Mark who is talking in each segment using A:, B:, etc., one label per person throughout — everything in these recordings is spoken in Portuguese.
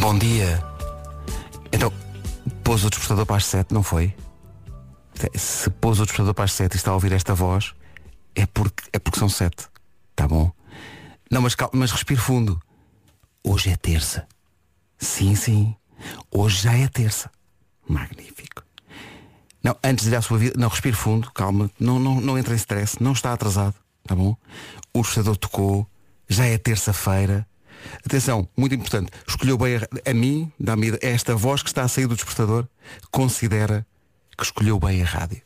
A: Bom dia. Então, pôs o despertador para as 7, não foi? Se pôs o despertador para as 7 e está a ouvir esta voz, é porque, é porque são 7. Tá bom? Não, mas, calma, mas respire fundo. Hoje é terça. Sim, sim. Hoje já é terça. Magnífico. Não, antes de ir à sua vida, não, respire fundo, calma, não, não, não entra em stress, não está atrasado, tá bom? O estador tocou, já é terça-feira. Atenção, muito importante, escolheu bem a, a mim, dá-me esta voz que está a sair do despertador, considera que escolheu bem a rádio.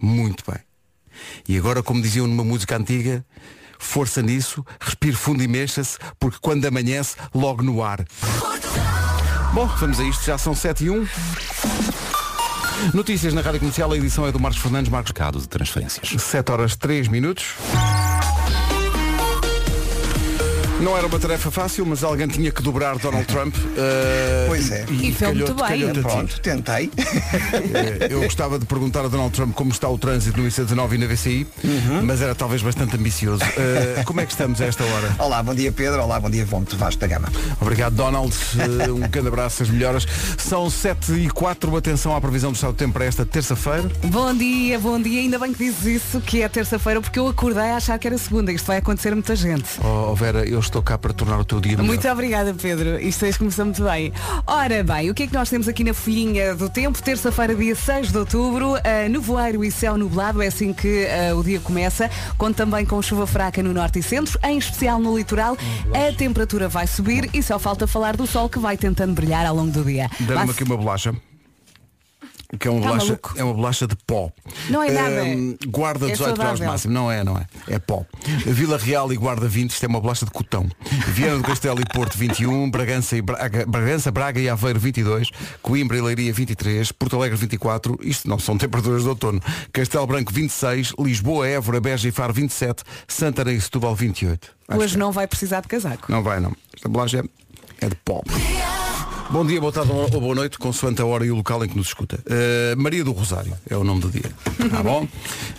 A: Muito bem. E agora, como diziam numa música antiga, força nisso, respire fundo e mexa-se, porque quando amanhece, logo no ar. Bom, vamos a isto, já são 7 e 1. Notícias na Rádio Comercial, a edição é do Marcos Fernandes, Marcos
B: Mercado de transferências.
A: 7 horas 3 minutos. Não era uma tarefa fácil, mas alguém tinha que dobrar Donald Trump. eh,
C: Pois é.
A: E,
D: foi muito
A: calhou-te-
D: bem.
A: calhou-te a ti.
C: Pronto, tentei.
A: Eh, Eu gostava de perguntar a Donald Trump como está o trânsito no IC19 e na VCI, mas era talvez bastante ambicioso. Eh, como é que estamos a esta hora?
C: Olá, bom dia Pedro. Olá, bom dia Vonte Vasco da Gama.
A: Obrigado, Donald. Eh, Um grande abraço, as melhoras. São 7 e 4 atenção à previsão do estado do tempo para esta terça-feira.
D: Bom dia, bom dia. Ainda bem que diz isso, que é terça-feira, porque eu acordei a achar que era segunda. Isto vai acontecer a muita gente.
A: Oh, Vera, eu estou cá para tornar o teu dia melhor.
D: Muito obrigada, Pedro. Isto hoje começou muito bem. Ora bem, o que é que nós temos aqui na folhinha do tempo? Terça-feira, dia 6 de outubro, eh, nevoeiro e céu nublado, é assim que eh, o dia começa. Conta também com chuva fraca no norte e centro, em especial no litoral.
A: Hum,
D: A temperatura vai subir e só falta falar do sol que vai tentando brilhar ao longo do dia.
A: Deram-me
D: Vai-
A: aqui uma bolacha. Que é uma,
D: Tá
A: bolacha,
D: maluco.
A: é uma bolacha de pó.
D: Não é nada.
A: Ehm, guarda
D: É
A: 18 graus de
D: saudável.
A: máximo. Não é, não é. É pó. Vila Real e Guarda 20, isto é uma bolacha de cotão. Viana do Castelo e Porto 21, Bragança, e Braga, Bragança, Braga e Aveiro 22, Coimbra e Leiria 23, Porto Alegre 24, isto não são temperaturas de outono. Castelo Branco 26, Lisboa, Évora, Beja e Faro 27, Santarém e Setúbal 28. Acho
D: Hoje não vai precisar de casaco.
A: não vai, não. Esta bolacha é, é de pó. Bom dia, boa tarde ou boa noite, consoante a hora e o local em que nos escuta. Uh, Maria do Rosário é o nome do dia. Tá bom?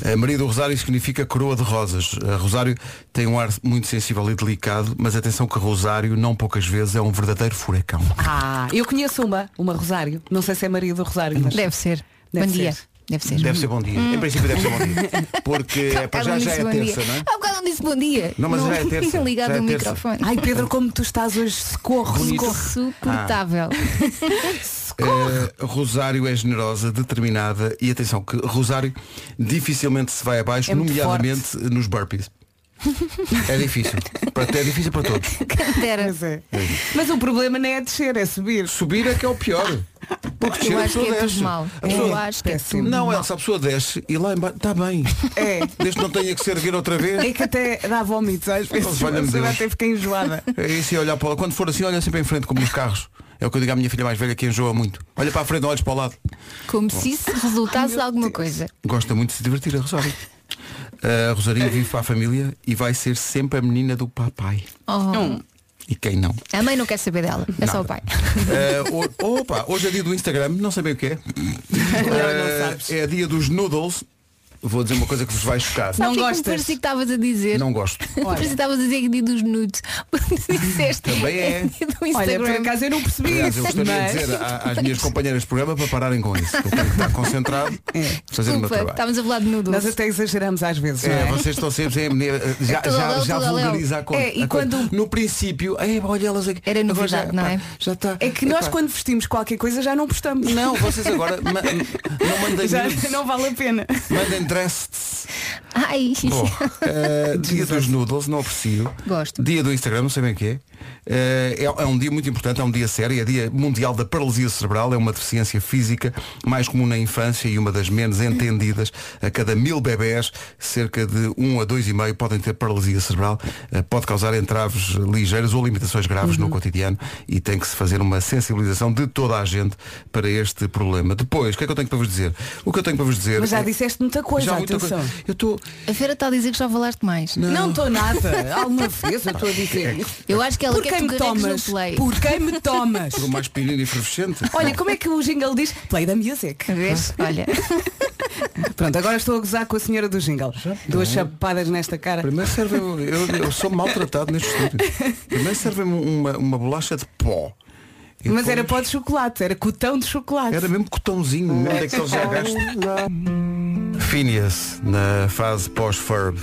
A: Uh, Maria do Rosário significa coroa de rosas. Uh, Rosário tem um ar muito sensível e delicado, mas atenção que Rosário, não poucas vezes, é um verdadeiro furacão.
D: Ah, eu conheço uma, uma Rosário. Não sei se é marido do Rosário, mas.
E: Deve ser.
D: Deve
E: bom
D: ser.
E: dia. Deve ser.
A: Deve ser bom dia. Em princípio deve ser bom dia. Porque é para já,
E: Há
A: já
E: bocado disse
A: é
E: bom
A: terça,
E: dia.
A: não é?
E: Há bocado não disse bom dia.
A: Não, mas
E: não
A: já é terça.
E: Fica ligado
A: Já é
E: o
A: terça.
E: microfone.
D: Ai Pedro, como tu estás hoje, socorro, socorro.
E: Insuportável.
A: Ah. Eh, Rosário é generosa, determinada e atenção que Rosário dificilmente se vai abaixo,
D: É muito
A: nomeadamente nos burpees. É difícil. Para- É difícil para todos.
E: Quem dera.
D: Mas, é. Mas o problema não é descer, é subir.
A: Subir é que é o pior. Porque descer
E: Eu
A: a
E: acho
A: pessoa
E: que é
A: desce.
E: tudo mal.
A: A
E: Eu
A: pessoa...
E: acho que é
D: Péssimo.
E: tudo
A: Não,
E: mal.
A: Elsa, a pessoa desce e lá embaixo está bem.
D: É.
A: Desde que não tenha que servir outra vez.
D: É que até dá vómitos às
A: Oh,
D: vezes.
A: valha-me
D: mas eu
A: Deus.
D: até fiquei enjoada.
A: É isso e olhar para lá. Quando for assim, olha sempre em frente, como nos carros. É o que eu digo à minha filha mais velha que enjoa muito. Olha para a frente, não olhes para o lado.
E: Como se isso resultasse de alguma coisa.
A: Gosta muito de se divertir a Rosário. A Rosarinha vive para a família e vai ser sempre a menina do papai.
E: Oh.
A: E quem não?
E: A mãe não quer saber dela. É só o pai.
A: Eh, o- opa, hoje é dia do Instagram, não sei bem o que é. Eh, é dia dos noodles. Vou dizer uma coisa que vos vai chocar.
D: Não
E: Sabes o que é que
D: gostas?
E: me Parecia que estavas a dizer.
A: Não gosto.
E: Parecia que estavas a dizer que dia dos nudes. Disseste.
A: Também é.
E: dia do
D: Olha,
E: Instagram.
D: por acaso eu não percebi
A: Aliás,
D: isso.
A: eu gostaria
D: mas...
A: de dizer a- às minhas companheiras de programa para pararem com isso. Eu tenho que estar concentrado, fazer o meu
E: É. Desculpa,
A: trabalho.
E: estávamos a falar de
D: Nós
E: nudes.
D: até exageramos às vezes, não
A: É,
D: é?
A: vocês estão sempre em menina- já,
E: É tudo
A: já, já
E: ao léu, tudo ao léu.
A: vulgariza a conta.
D: É, e
A: a
D: quando-
A: conta. No princípio, é, olha elas aqui.
E: Era
A: Agora
E: novidade,
A: já,
E: não
A: pá,
E: é?
A: Já está.
D: É que nós
A: Epá.
D: quando vestimos qualquer coisa já não postamos.
A: Não, vocês agora ma- não mandem
D: Já
A: nudes.
D: não vale a pena.
A: Mandem dress.
E: Ai,
D: é
A: Bom,
D: um
A: eh, dia dos noodles, não aprecio.
E: Gosto.
A: Dia do Instagram, não sei bem o que é. Eh, é. é um dia muito importante, é um dia sério, é dia mundial da paralisia cerebral, é uma deficiência física mais comum na infância e uma das menos entendidas. A cada mil bebés, cerca de 1 a 2,5 podem ter paralisia cerebral. Eh, pode causar entraves ligeiras ou limitações graves
D: Uhum.
A: no cotidiano e tem que se fazer uma sensibilização de toda a gente para este problema. Depois, o que é que eu tenho para vos dizer? O que eu tenho para vos dizer
D: Mas já
A: é-
D: disseste muita coisa,
A: já há muita
D: atenção.
A: coisa. Eu estou.
E: a Fera está a dizer que já falaste mais.
D: Não estou nada. Alguma vez eu estou a
A: É
D: dizer.
E: Eu acho que ela
D: Por
E: quer
D: quem
E: que
D: me
E: tu carregues
D: tomas?
E: no play.
D: Por quem me tomas?
A: Por mais pirina e efervescente.
D: Olha, como é que o jingle diz? Play da music.
E: Vês? Olha.
D: Pronto, agora estou a gozar com a senhora do jingle. Duas chapadas nesta cara.
A: Primeiro serve eu, um, eu sou maltratado neste estúdio. Primeiro serve-me uma, uma bolacha de pó. E
D: Mas
A: depois-
D: era pó de chocolate, era cotão de chocolate.
A: Era mesmo cotãozinho, mesmo daqueles já gastos. Phineas, na fase pós-Ferb.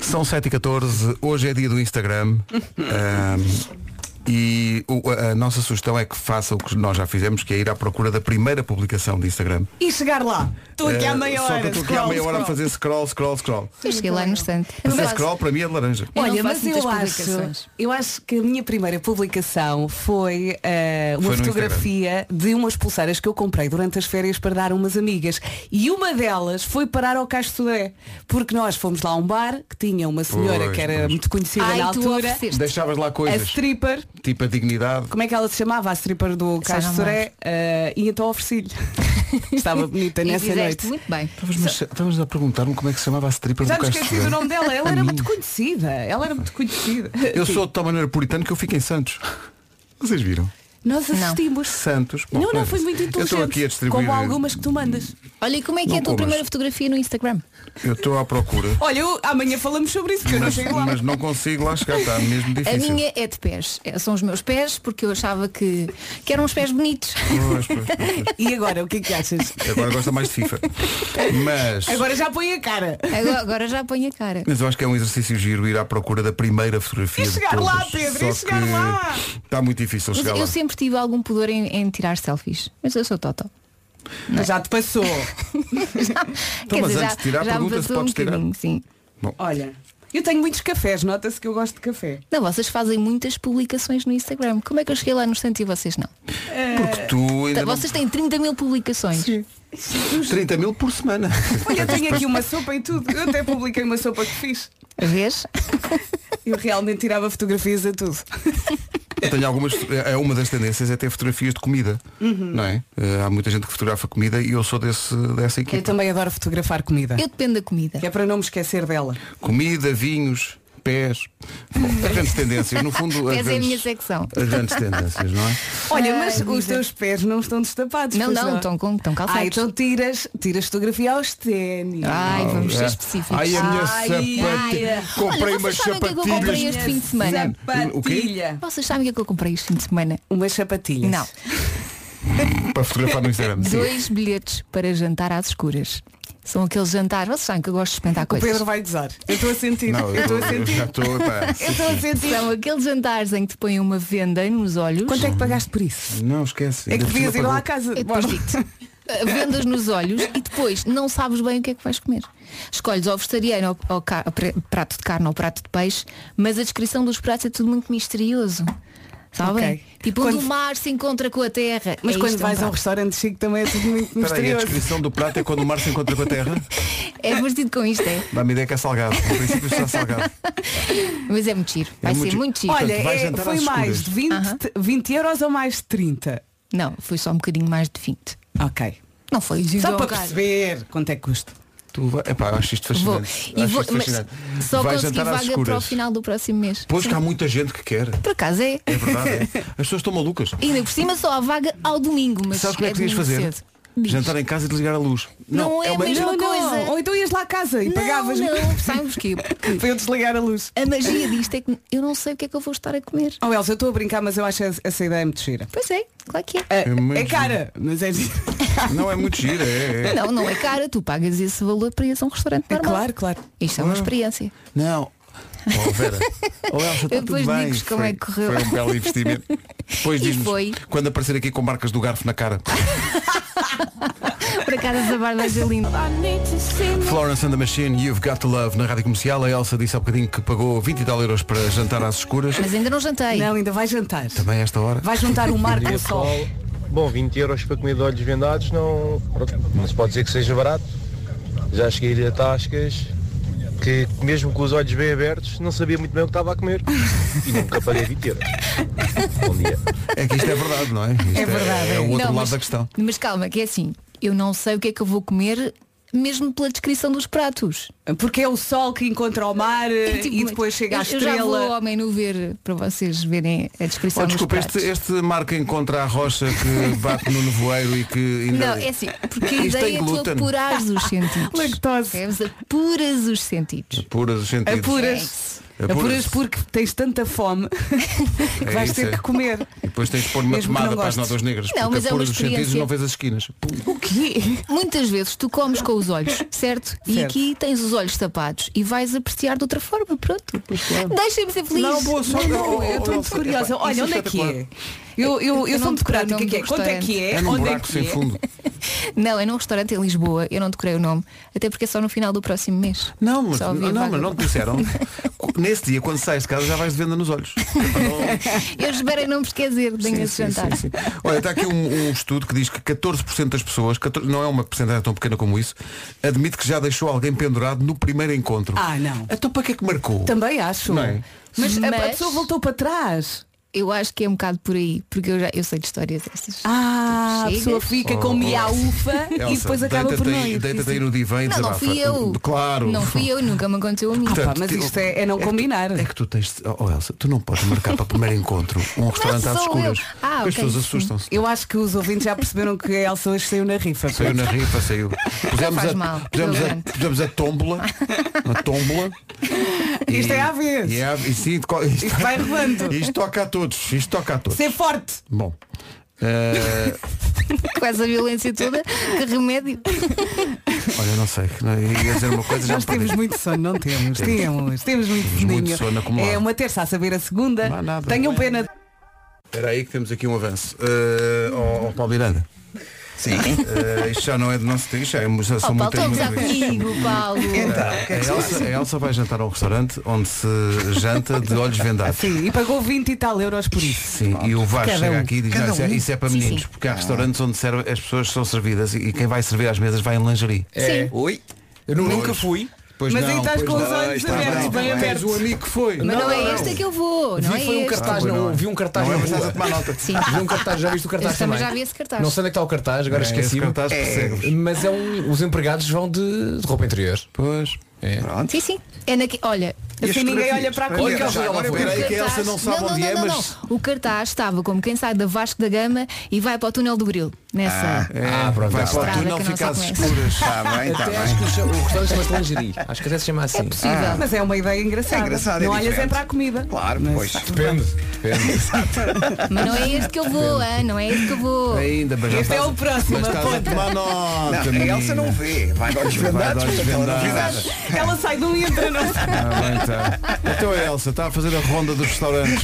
A: São 7h14, hoje é dia do Instagram. Ahm, e o- a, a nossa sugestão é que faça o que nós já fizemos, que é ir à procura da primeira publicação de Instagram.
D: E chegar lá. Estou aqui
A: Eh,
D: à meia
A: Só
D: hora.
A: que eu estou aqui à
D: scroll,
A: meia hora a
D: scroll.
A: fazer scroll, scroll, scroll.
E: Eu cheguei lá no instante. Eu
A: Fazer
E: faço-
A: scroll para mim é de laranja.
E: Eu não
D: Olha,
E: faço
D: mas
E: muitas
D: eu acho,
E: publicações.
D: eu acho que a minha primeira publicação foi eh, uma
A: Foi no
D: fotografia de umas pulseiras que eu comprei durante as férias para dar a umas amigas. E uma delas foi parar ao Caixa de Sodré, porque nós fomos lá a um bar que tinha uma senhora
A: Pois,
D: que era
A: pois.
D: muito conhecida
E: Ai,
D: na
E: tu
D: altura,
E: ofereceste.
A: Deixavas lá
D: a
A: coisas,
D: stripper.
A: tipo a dignidade.
D: Como é que ela se chamava? A stripper do
E: Já
D: Caixa
E: não
D: de
E: me
D: Sodré eh, E então ofereci-lhe Estava bonita
E: E
D: nessa
E: fizeste
D: noite
E: muito bem.
A: Estávamos a perguntar-me como é que se chamava a stripper
D: Já
A: do
D: me
A: Castro Hum.
D: esqueci do nome dela Ela era muito conhecida Ela era muito conhecida
A: Eu sou de tal maneira puritano que eu fico em Santos. Vocês viram?
D: Nós
E: Não.
D: assistimos
A: Santos. Bom,
D: Não, não,
A: mas
D: foi muito
A: Eu
D: inteligente
A: estou aqui a distribuir.
D: Como algumas que tu mandas
E: Olha, e como é que
A: Não
E: é a tua
A: comas.
E: primeira fotografia no Instagram?
A: Eu estou à procura.
D: Olha, eu- amanhã falamos sobre isso Que eu não
A: Mas,
D: chego lá
A: mas não consigo lá chegar, está mesmo
E: A
A: difícil.
E: minha é de pés. É, São os meus pés, porque eu achava que, que eram uns pés bonitos.
A: Pois, pois, pois,
D: E agora, o que é que achas?
A: pois. Agora gosta mais de FIFA. Mas,
D: Agora já põe a cara
E: Agora, agora já ponho a cara.
A: mas eu acho que é um exercício giro ir à procura da primeira fotografia.
D: E
A: de
D: chegar
A: todas.
D: lá, Pedro, e
A: Só
D: chegar
A: que
D: lá.
A: Está muito difícil
E: Mas
A: chegar lá.
E: eu sempre tive algum pudor em, em tirar selfies. Mas eu sou Toto.
D: Já te passou
E: Quer
A: Então, mas
E: dizer,
A: antes de tirar,
E: já, já me
A: pergunta se
E: passou um
A: podes tirar.
E: bocadinho, sim.
D: Olha, eu tenho muitos cafés Nota-se que eu gosto de café
E: Não, vocês fazem muitas publicações no Instagram. Como é que eu cheguei lá no instante e vocês não?
A: Porque tu ainda não...
E: Vocês têm 30 mil publicações.
A: 30 mil por semana.
D: Olha, eu tenho aqui uma sopa e tudo. Eu até publiquei uma sopa que fiz.
E: Vês?
D: Eu realmente tirava fotografias a tudo.
A: Eu tenho algumas, é uma das tendências é ter fotografias de comida,
E: Uhum.
A: não é? Eh, Há muita gente que fotografa comida e eu sou desse, dessa
D: Eu
E: Então-
A: equipa.
D: também adoro fotografar comida.
E: Eu dependo da comida.
D: Que é para não me esquecer dela.
A: Comida, vinhos, pés, Bom, as grandes tendências, no fundo as
E: Uhum. Pés é a
A: grandes,
E: minha secção.
A: as grandes tendências, não é?
D: Olha, mas
E: Ai,
D: os teus pés não estão destapados.
E: Não,
D: pois
E: não, estão com- estão calçados.
D: Ah, então tiras, tiras fotografia aos ténis.
E: Ai, vamos ser específicos.
A: é. Ai, a minha
D: Ah, Ai,
A: sapatilha.
D: ai.
A: Comprei
E: Olha,
A: umas
E: vocês sabem o que é que eu comprei
A: sapatilhas.
E: este fim de semana?
A: O quê?
D: Sapatilha.
E: Vocês sabem o que é que eu comprei este fim de semana?
D: Umas sapatilhas.
E: Não.
A: Para fotografar no Instagram. Sim.
E: Dois bilhetes para jantar às escuras. São aqueles jantares, vocês sabem que eu gosto de experimentar
D: O
E: coisas.
D: Pedro vai gozar. Eu estou a sentir.
A: Não,
D: eu
A: eu, tô-
D: estou a
A: eu
D: sentir.
A: já estou. pá, sim,
D: Eu estou a
A: sim.
D: sentir.
E: São aqueles jantares em que te põem uma venda nos olhos.
D: Quanto é que pagaste por isso?
A: Não, esquece.
D: É que
A: Ainda por cima
D: devias ir lá à
A: pagou.
D: casa.
E: Eu depois
D: Bom,
E: digo-te. Uh, Vendas nos olhos e depois não sabes bem o que é que vais comer. Escolhes ou vegetariano ou, ou ca- pre- prato de carne ou prato de peixe, mas a descrição dos pratos é tudo muito misterioso. Sabem?
D: Ok.
E: Tipo
D: Quando-
E: onde o mar se encontra com a terra.
D: Mas
E: É
D: quando
E: isto, é um
D: vais a um
E: prato.
D: restaurante chique também é tudo muito
A: Espera aí, a
D: misterioso.
A: descrição do prato é quando o mar se encontra com a terra.
E: É divertido com isto, é.
A: Dá-me ideia que é salgado. No princípio está salgado.
E: Mas é muito giro.
A: É
E: Vai
A: muito
E: ser
A: giro.
E: muito giro.
D: Olha,
A: Portanto, vais
D: é-
A: jantar
D: foi
A: às
D: mais
A: escuras.
D: de 20,
E: Aham.
D: 20 euros ou mais de 30?
E: Não, foi só um bocadinho mais de 20.
D: Ok.
E: Não foi giro,
D: Só para
E: cara.
D: perceber quanto é que custa.
A: Tu vai... Epá, acho isto
E: Vou.
A: fascinante.
E: E
A: Acho
E: vou,
A: isto
E: mas
A: fascinante.
E: só
A: Vai
E: consegui
A: jantar às
E: vaga para o
A: escuras.
E: final do próximo mês.
A: Pois que
E: Sim.
A: há muita gente que quer.
E: Por acaso é.
A: É verdade. é. As pessoas estão malucas.
E: E ainda por cima só há vaga ao domingo, mas
A: Sabes como é que podias
E: domingo
A: fazer?
E: cedo. Diz.
A: Jantar em casa e desligar a luz.
E: Não é
A: uma-
E: mesmo. Mesma coisa.
D: Ou então ias lá à casa e
E: Não,
D: pagavas-me
E: Não, sabem porquê? Porque
D: para eu desligar a luz.
E: a magia disto é que eu não sei o que é que eu vou estar a comer.
D: Oh Elsa, eu estou a brincar, mas eu acho essa- essa ideia muito gira.
E: Pois é, claro que é.
D: É,
A: muito
D: é cara, mas é gira.
A: Não é muito gira. É, é.
E: Não, não é cara, tu pagas esse valor para ir a um restaurante
D: É
E: normal.
D: claro, claro.
E: Isto é
A: Ah.
E: uma experiência.
A: Não. Oh, Vera. Oh, Elsa, está tudo
E: Eu depois
A: bem.
E: digo-vos como
A: foi,
E: é que correu.
A: foi um belo investimento. Depois
E: E
A: diz-nos
E: foi. Ah,
A: quando aparecer aqui com marcas do garfo na cara.
E: Para cada zabar
D: é
E: da Angelina.
A: Florence and the Machine, You've Got to Love na rádio comercial. A Elsa disse há bocadinho que pagou 20 e tal euros para jantar às escuras.
E: Mas ainda não jantei.
D: Não, ainda vai jantar.
A: Também a esta hora.
D: Vai juntar o mar com o sol.
B: Bom, 20 euros para comer de olhos vendados não, pronto, não se pode dizer que seja barato. Já cheguei a tascas que mesmo com os olhos bem abertos não sabia muito bem o que estava a comer. E nunca paguei 20 euros. Bom dia.
A: É que isto é verdade, não é? Isto
D: É verdade,
A: É,
D: é.
A: o outro
E: Não,
A: lado
E: mas-
A: da questão.
E: Mas calma, que é assim, eu não sei o que é que eu vou comer mesmo pela descrição dos pratos.
D: Porque é o sol que encontra o mar eh,
E: Tipo,
D: e depois chega
E: eu,
D: à
E: Eu já vou ao
D: estrela.
E: ao menu ver para vocês verem a descrição
A: Oh,
E: dos
A: desculpa,
E: pratos.
A: este, este marca encontra a rocha que bate no nevoeiro e que ainda.
E: Não, é assim, porque a
A: Isto tem
E: ideia é tu
A: glúten.
E: apurares os sentidos.
D: Lactose.
A: É
E: Percebes? Apuras os sentidos.
A: Apuras os sentidos.
D: Apuras.
E: É isso.
D: Apuras porque tens tanta fome que
F: É
D: vais
F: isso,
D: ter
F: é.
D: que comer.
F: E depois tens de pôr uma
D: Mesmo que
F: tomada
D: não
F: para as
D: gostes.
F: notas negras.
E: Não,
F: porque
E: mas é
F: a pôr
E: uma
F: dos sentidos
E: experiência.
F: não vês as esquinas.
D: O quê?
E: Muitas vezes tu comes com os olhos, certo? E
D: Certo.
E: aqui tens os olhos tapados e vais apreciar de outra forma, pronto.
A: é.
E: Deixem-me ser feliz.
D: Não, boa sorte. Não, eu estou muito curiosa. Olha, onde é que é? Eu, eu, eu, sou
E: Eu não
D: muito
E: decorei o
D: prática.
E: nome
D: Que é?
E: do
D: Quanto é que é?
F: É num
D: onde é
F: buraco
D: que
F: sem
D: é?
F: fundo.
E: Não, é num restaurante em Lisboa, eu não decorei o nome, até porque é só no final do próximo mês.
A: Não, mas
E: Só
A: não,
E: ouvi a
A: não,
E: vaga.
A: mas não te disseram. Cu- Nesse dia, quando sais de casa, já vais de venda nos olhos.
E: Eu espero é não vos quer dizer, tenho esse jantar.
A: sim, sim. Olha, está aqui um, um estudo que diz que 14% das pessoas, 14 não é uma porcentagem tão pequena como isso, admite que já deixou alguém pendurado no primeiro encontro.
D: Ah, não.
A: Então para que é que marcou?
D: Também acho.
A: Não é?
D: Mas, a- a
E: Mas-
D: pessoa voltou para trás.
E: Eu acho que é um bocado por aí, porque eu já eu sei de histórias dessas.
D: Ah, a
E: Chegas.
D: pessoa fica
A: Oh,
D: com miaufa
A: Elsa,
D: e depois acaba por
A: deita-te
D: não
A: aí-
D: ir. Ah,
A: Deita-te aí
D: Sim,
A: no divã e
E: não, não
A: desabafa.
E: fui eu.
A: Claro.
E: Não fui eu, nunca me aconteceu a mim.
D: Pá, mas
A: te-
D: isto é- é não
A: que tu-
D: combinar.
A: é que tu tens. de- Oh Elsa, tu não podes marcar para o primeiro encontro um restaurante às
E: sou
A: escuras.
E: eu. Ah,
A: porque as
E: ok,
A: pessoas
E: sim.
A: assustam-se.
D: Eu acho que os ouvintes já perceberam que a Elsa hoje saiu na rifa.
A: Saiu na rifa, saiu. Pusemos,
E: faz
A: a,
E: mal,
A: pusemos,
E: tudo
A: a,
E: bem.
A: pusemos a tómbola. A tómbola.
D: Isto
A: E-
D: é à vez.
A: E, é à- e sim, co- isto,
D: Isto vai rodando.
A: isto toca a todos. Isto toca a todos.
D: Ser forte.
A: Bom. eh,
E: Com essa violência toda, que remédio.
A: olha, não sei. Ia dizer uma coisa, já me
D: Nós
A: perdi.
D: temos muito sono, não temos? Temos, temos muito
A: muito
D: soninho.
A: sono acumulado.
D: É uma terça a saber a segunda.
A: Não há nada.
D: Tenham pena.
A: Espera aí que temos aqui um avanço. Eh, ó, ó, Paulo Miranda.
C: Sim.
A: eh, isto já não é do nosso tempo. Já, é, já são
E: Oh, Paulo,
A: muitas
E: estou a gozar
A: muitas-
E: comigo, Paulo.
C: Então, o que
A: A
C: é que se
A: Elsa, a Elsa vai jantar a um restaurante onde se janta de olhos vendados.
D: Sim, e pagou 20 e tal euros por isso.
A: Sim, e o Vasco
D: Cada
A: chega
D: um.
A: aqui e diz,
C: Cada
A: não, isso, é,
C: um.
A: isso é para meninos, porque há restaurantes onde serve, as pessoas são servidas e quem vai servir às mesas vai em lingerie.
E: Sim.
C: Oi?
F: Eu nunca fui.
A: Pois
D: Mas aí estás com os
F: não,
D: olhos
F: está
D: abertos,
C: bem,
D: bem,
C: está bem.
F: Mas
D: abertos.
F: o amigo que foi.
E: Mas não, é este que eu vou, não
F: vi,
E: é
F: foi um
E: este.
F: cartaz, não, vi um cartaz
A: Não,
F: na
A: mas estás
F: rua.
A: a tomar nota.
E: Sim.
F: Vi um cartaz, já viste o cartaz
E: Eu também já vi esse cartaz.
F: Não sei onde é que está o cartaz, agora
A: Esse
F: esqueci-me.
A: cartaz persegue-vos.
F: Mas é um, os empregados vão de, de roupa interior.
A: Pois.
F: É.
C: Pronto.
E: Sim, sim. É naque... Olha,
C: E as
D: Assim ninguém
C: fotografias?
D: olha para a
C: Olha,
D: cor.
F: já agora
A: Agora
F: foi.
A: espera aí que a
E: cartaz-
A: Elsa não sabe
E: não, não,
A: onde é,
E: não, não,
A: mas...
E: não. O cartaz estava como quem sai da Vasco da Gama e vai para o túnel do Bril. Nessa.
A: É,
F: Ah, pronto,
A: vai
F: tá
A: para
E: bem.
A: o túnel
E: Estrada que não
A: ficar às
E: se conhece.
A: escuras.
C: Está tá bem, está
F: Até acho que
C: bem.
F: o cha- o restaurante chama-se lingerie. Acho que até se chama assim.
E: Possível.
D: Mas é uma ideia engraçada.
C: É engraçado, é
D: não olhas é
C: diferente.
D: para a comida.
C: Claro,
D: Mas-
C: pois.
F: Depende. Depende.
E: Mas não é este que eu vou, ah, não é este que eu vou.
A: Ainda, mas já
D: Este é
A: estás-
D: o próximo,
A: mas tá estás a
D: aponta.
A: tomar
C: Não,
A: nota,
C: a Elsa não
A: menina.
C: vê. Vai de olhos
A: Vai de
C: vendados,
A: olhos
C: portanto ela não vê nada.
A: vendados.
D: Ela sai de um e entra no
A: Ah, bem, então. Então a Elsa está a fazer a ronda dos restaurantes.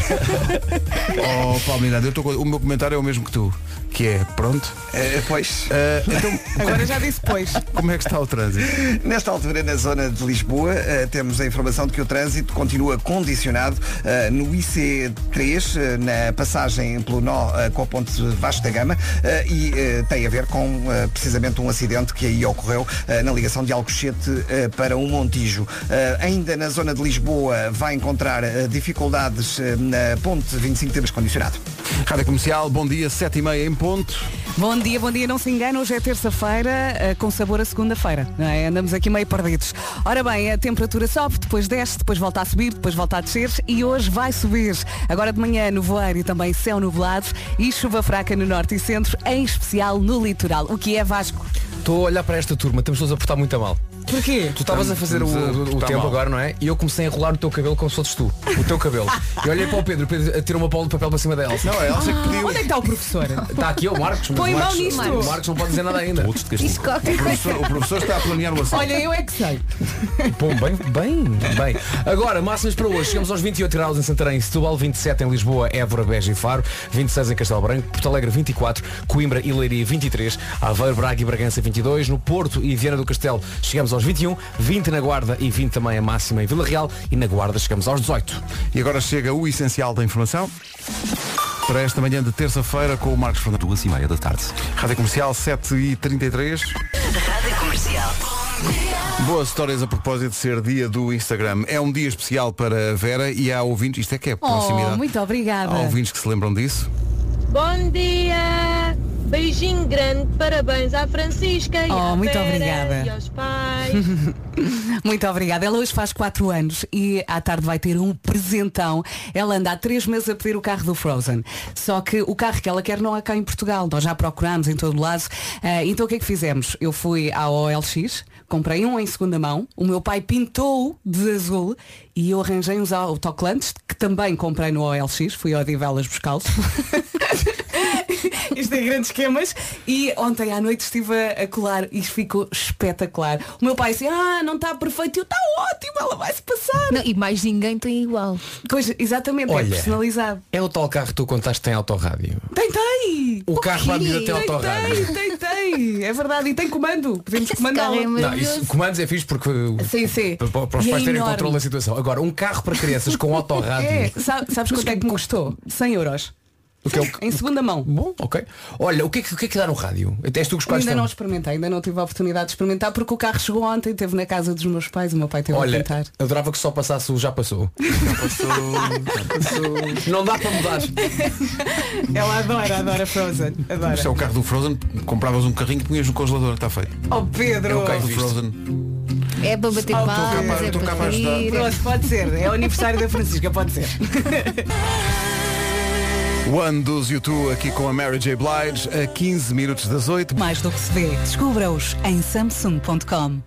A: oh, Paulo Miranda, eu estou com... o meu comentário é o mesmo que tu, que é pronto.
C: Eh, pois,
A: Ah, então,
D: Agora já disse pois.
A: como é que está o trânsito?
C: nesta altura na zona de Lisboa eh, temos a informação de que o trânsito continua condicionado eh, no IC3, eh, na passagem pelo nó eh, com a ponte Vasco da Gama eh, e eh, tem a ver com eh, precisamente um acidente que aí ocorreu eh, na ligação de Alcochete eh, para o Montijo. Eh, ainda na zona de Lisboa vai encontrar eh, dificuldades eh, na ponte 25 de abril condicionado.
A: Rádio Comercial, bom dia, 7 e meia em ponto.
D: Bom dia, bom dia, não se engane, hoje é terça-feira, eh, com sabor a segunda-feira, não é? Andamos aqui meio perdidos. Ora bem, a temperatura sobe, depois desce, depois volta a subir, depois volta a descer e hoje vai subir. Agora de manhã, nevoeiro e também céu nublado e chuva fraca no norte e centro, em especial no litoral. O que é Vasco?
F: Estou a olhar para esta turma, estamos todos a portar muito a mal.
D: Porquê?
F: Tu estavas a fazer o,
A: Estamos a
F: o- o
A: portar
F: tempo
A: mal.
F: agora, não é? E eu comecei a enrolar o teu cabelo como se fosses tu. O teu cabelo. E olhei para o Pedro, o Pedro tirou uma bola de papel para cima da Elsa.
A: Não, a Elsa que pediu.
D: Onde é que está o professor?
F: Está aqui é o Marcos, mas
D: Põe
F: o
D: mão
F: Marcos,
D: nisto.
F: o Marcos não pode dizer nada ainda.
E: Isto
A: O
E: qualquer coisa.
A: professor, o professor está a planear o assunto.
D: Olha, eu é que sei.
F: Bom, bem, bem, bem. Agora, máximas para hoje. Chegamos aos 28 graus em Santarém, e Setúbal, 27 em Lisboa, Évora, Beja e Faro, 26 em Castelo Branco, Porto Alegre 24, Coimbra e Leiria 23, Aveiro, Braga e Bragança 22, no Porto e Viana do Castelo chegamos aos 21, 20 na Guarda e 20 também a máxima em Vila Real e na Guarda chegamos aos 18.
A: E agora chega o essencial da informação. Para esta manhã de terça-feira com o Marcos Fernandes. Duas e meia da tarde. Rádio Comercial 7h33. Boas histórias a propósito de ser dia do Instagram. É um dia especial para a Vera e há ouvintes, isto é que é proximidade.
D: Oh, muito obrigada.
A: Há ouvintes que se lembram disso.
G: Bom dia! Beijinho grande, parabéns à Francisca e
D: Oh,
G: à
D: muito
G: Vera
D: obrigada.
G: e aos pais.
D: Muito obrigada. Ela hoje faz 4 anos e à tarde vai ter um presentão. Ela anda há 3 meses a pedir o carro do Frozen. Só que o carro que ela quer não há cá em Portugal. Nós já procurámos em todo lado. Ah, então o que é que fizemos? Eu fui à OLX, comprei um em segunda mão, o meu pai pintou de azul e eu arranjei uns autocolantes que também comprei no OLX, fui ao Divelas buscá-los. Isto é grandes esquemas. E ontem à noite estive a, a colar e isto ficou espetacular. O meu pai disse, ah, não está perfeito, eu está ótimo, ela vai-se passar.
E: Não, e mais ninguém tem igual.
D: Pois, exatamente, é
F: Olha.
D: personalizado.
F: É o tal carro que tu contaste que tem autorrádio.
D: Tentei!
F: O carro vai melhor até
D: Tentei,
F: autorrádio.
D: tentei! É verdade, e tem comando. Podemos
E: Esse
D: comandá-lo.
E: carro é
F: Não,
E: maravilhoso.
F: isso, comandos é fixe porque uh,
D: Sim, sim.
F: para- Para, para os
D: E é
F: pais terem
D: enorme.
F: controle da situação. Agora, um carro para crianças com autorrádio.
D: É, sa- sabes quanto é que me custou? 100 euros.
F: O que é o-
D: Em segunda mão.
F: Bom, ok. Olha, o que é que, o que, é que dá no rádio? Até és tu que os pais
D: Ainda
F: têm.
D: não experimentei, ainda não tive a oportunidade de experimentar porque o carro chegou ontem, esteve na casa dos meus pais, o meu pai teve a
F: Olha,
D: pintar.
F: adorava que só passasse o já passou. Não dá para mudar.
D: Ela adora, adora Frozen. Adora.
A: Isto é o carro do Frozen, compravas um carrinho e punhas no congelador, está feito.
D: Oh Pedro!
A: Carro do
F: Visto.
A: Frozen.
E: É para bater palmas,
A: capaz-
E: é
A: estou
E: para
A: capaz de dar.
E: rir.
D: Pronto, pode ser. É o aniversário da Francisca, pode ser.
A: One dos U2 aqui com a Mary J. Blige a 15 minutos das 8.
D: Mais do que se vê, descubra-os em Samsung.com.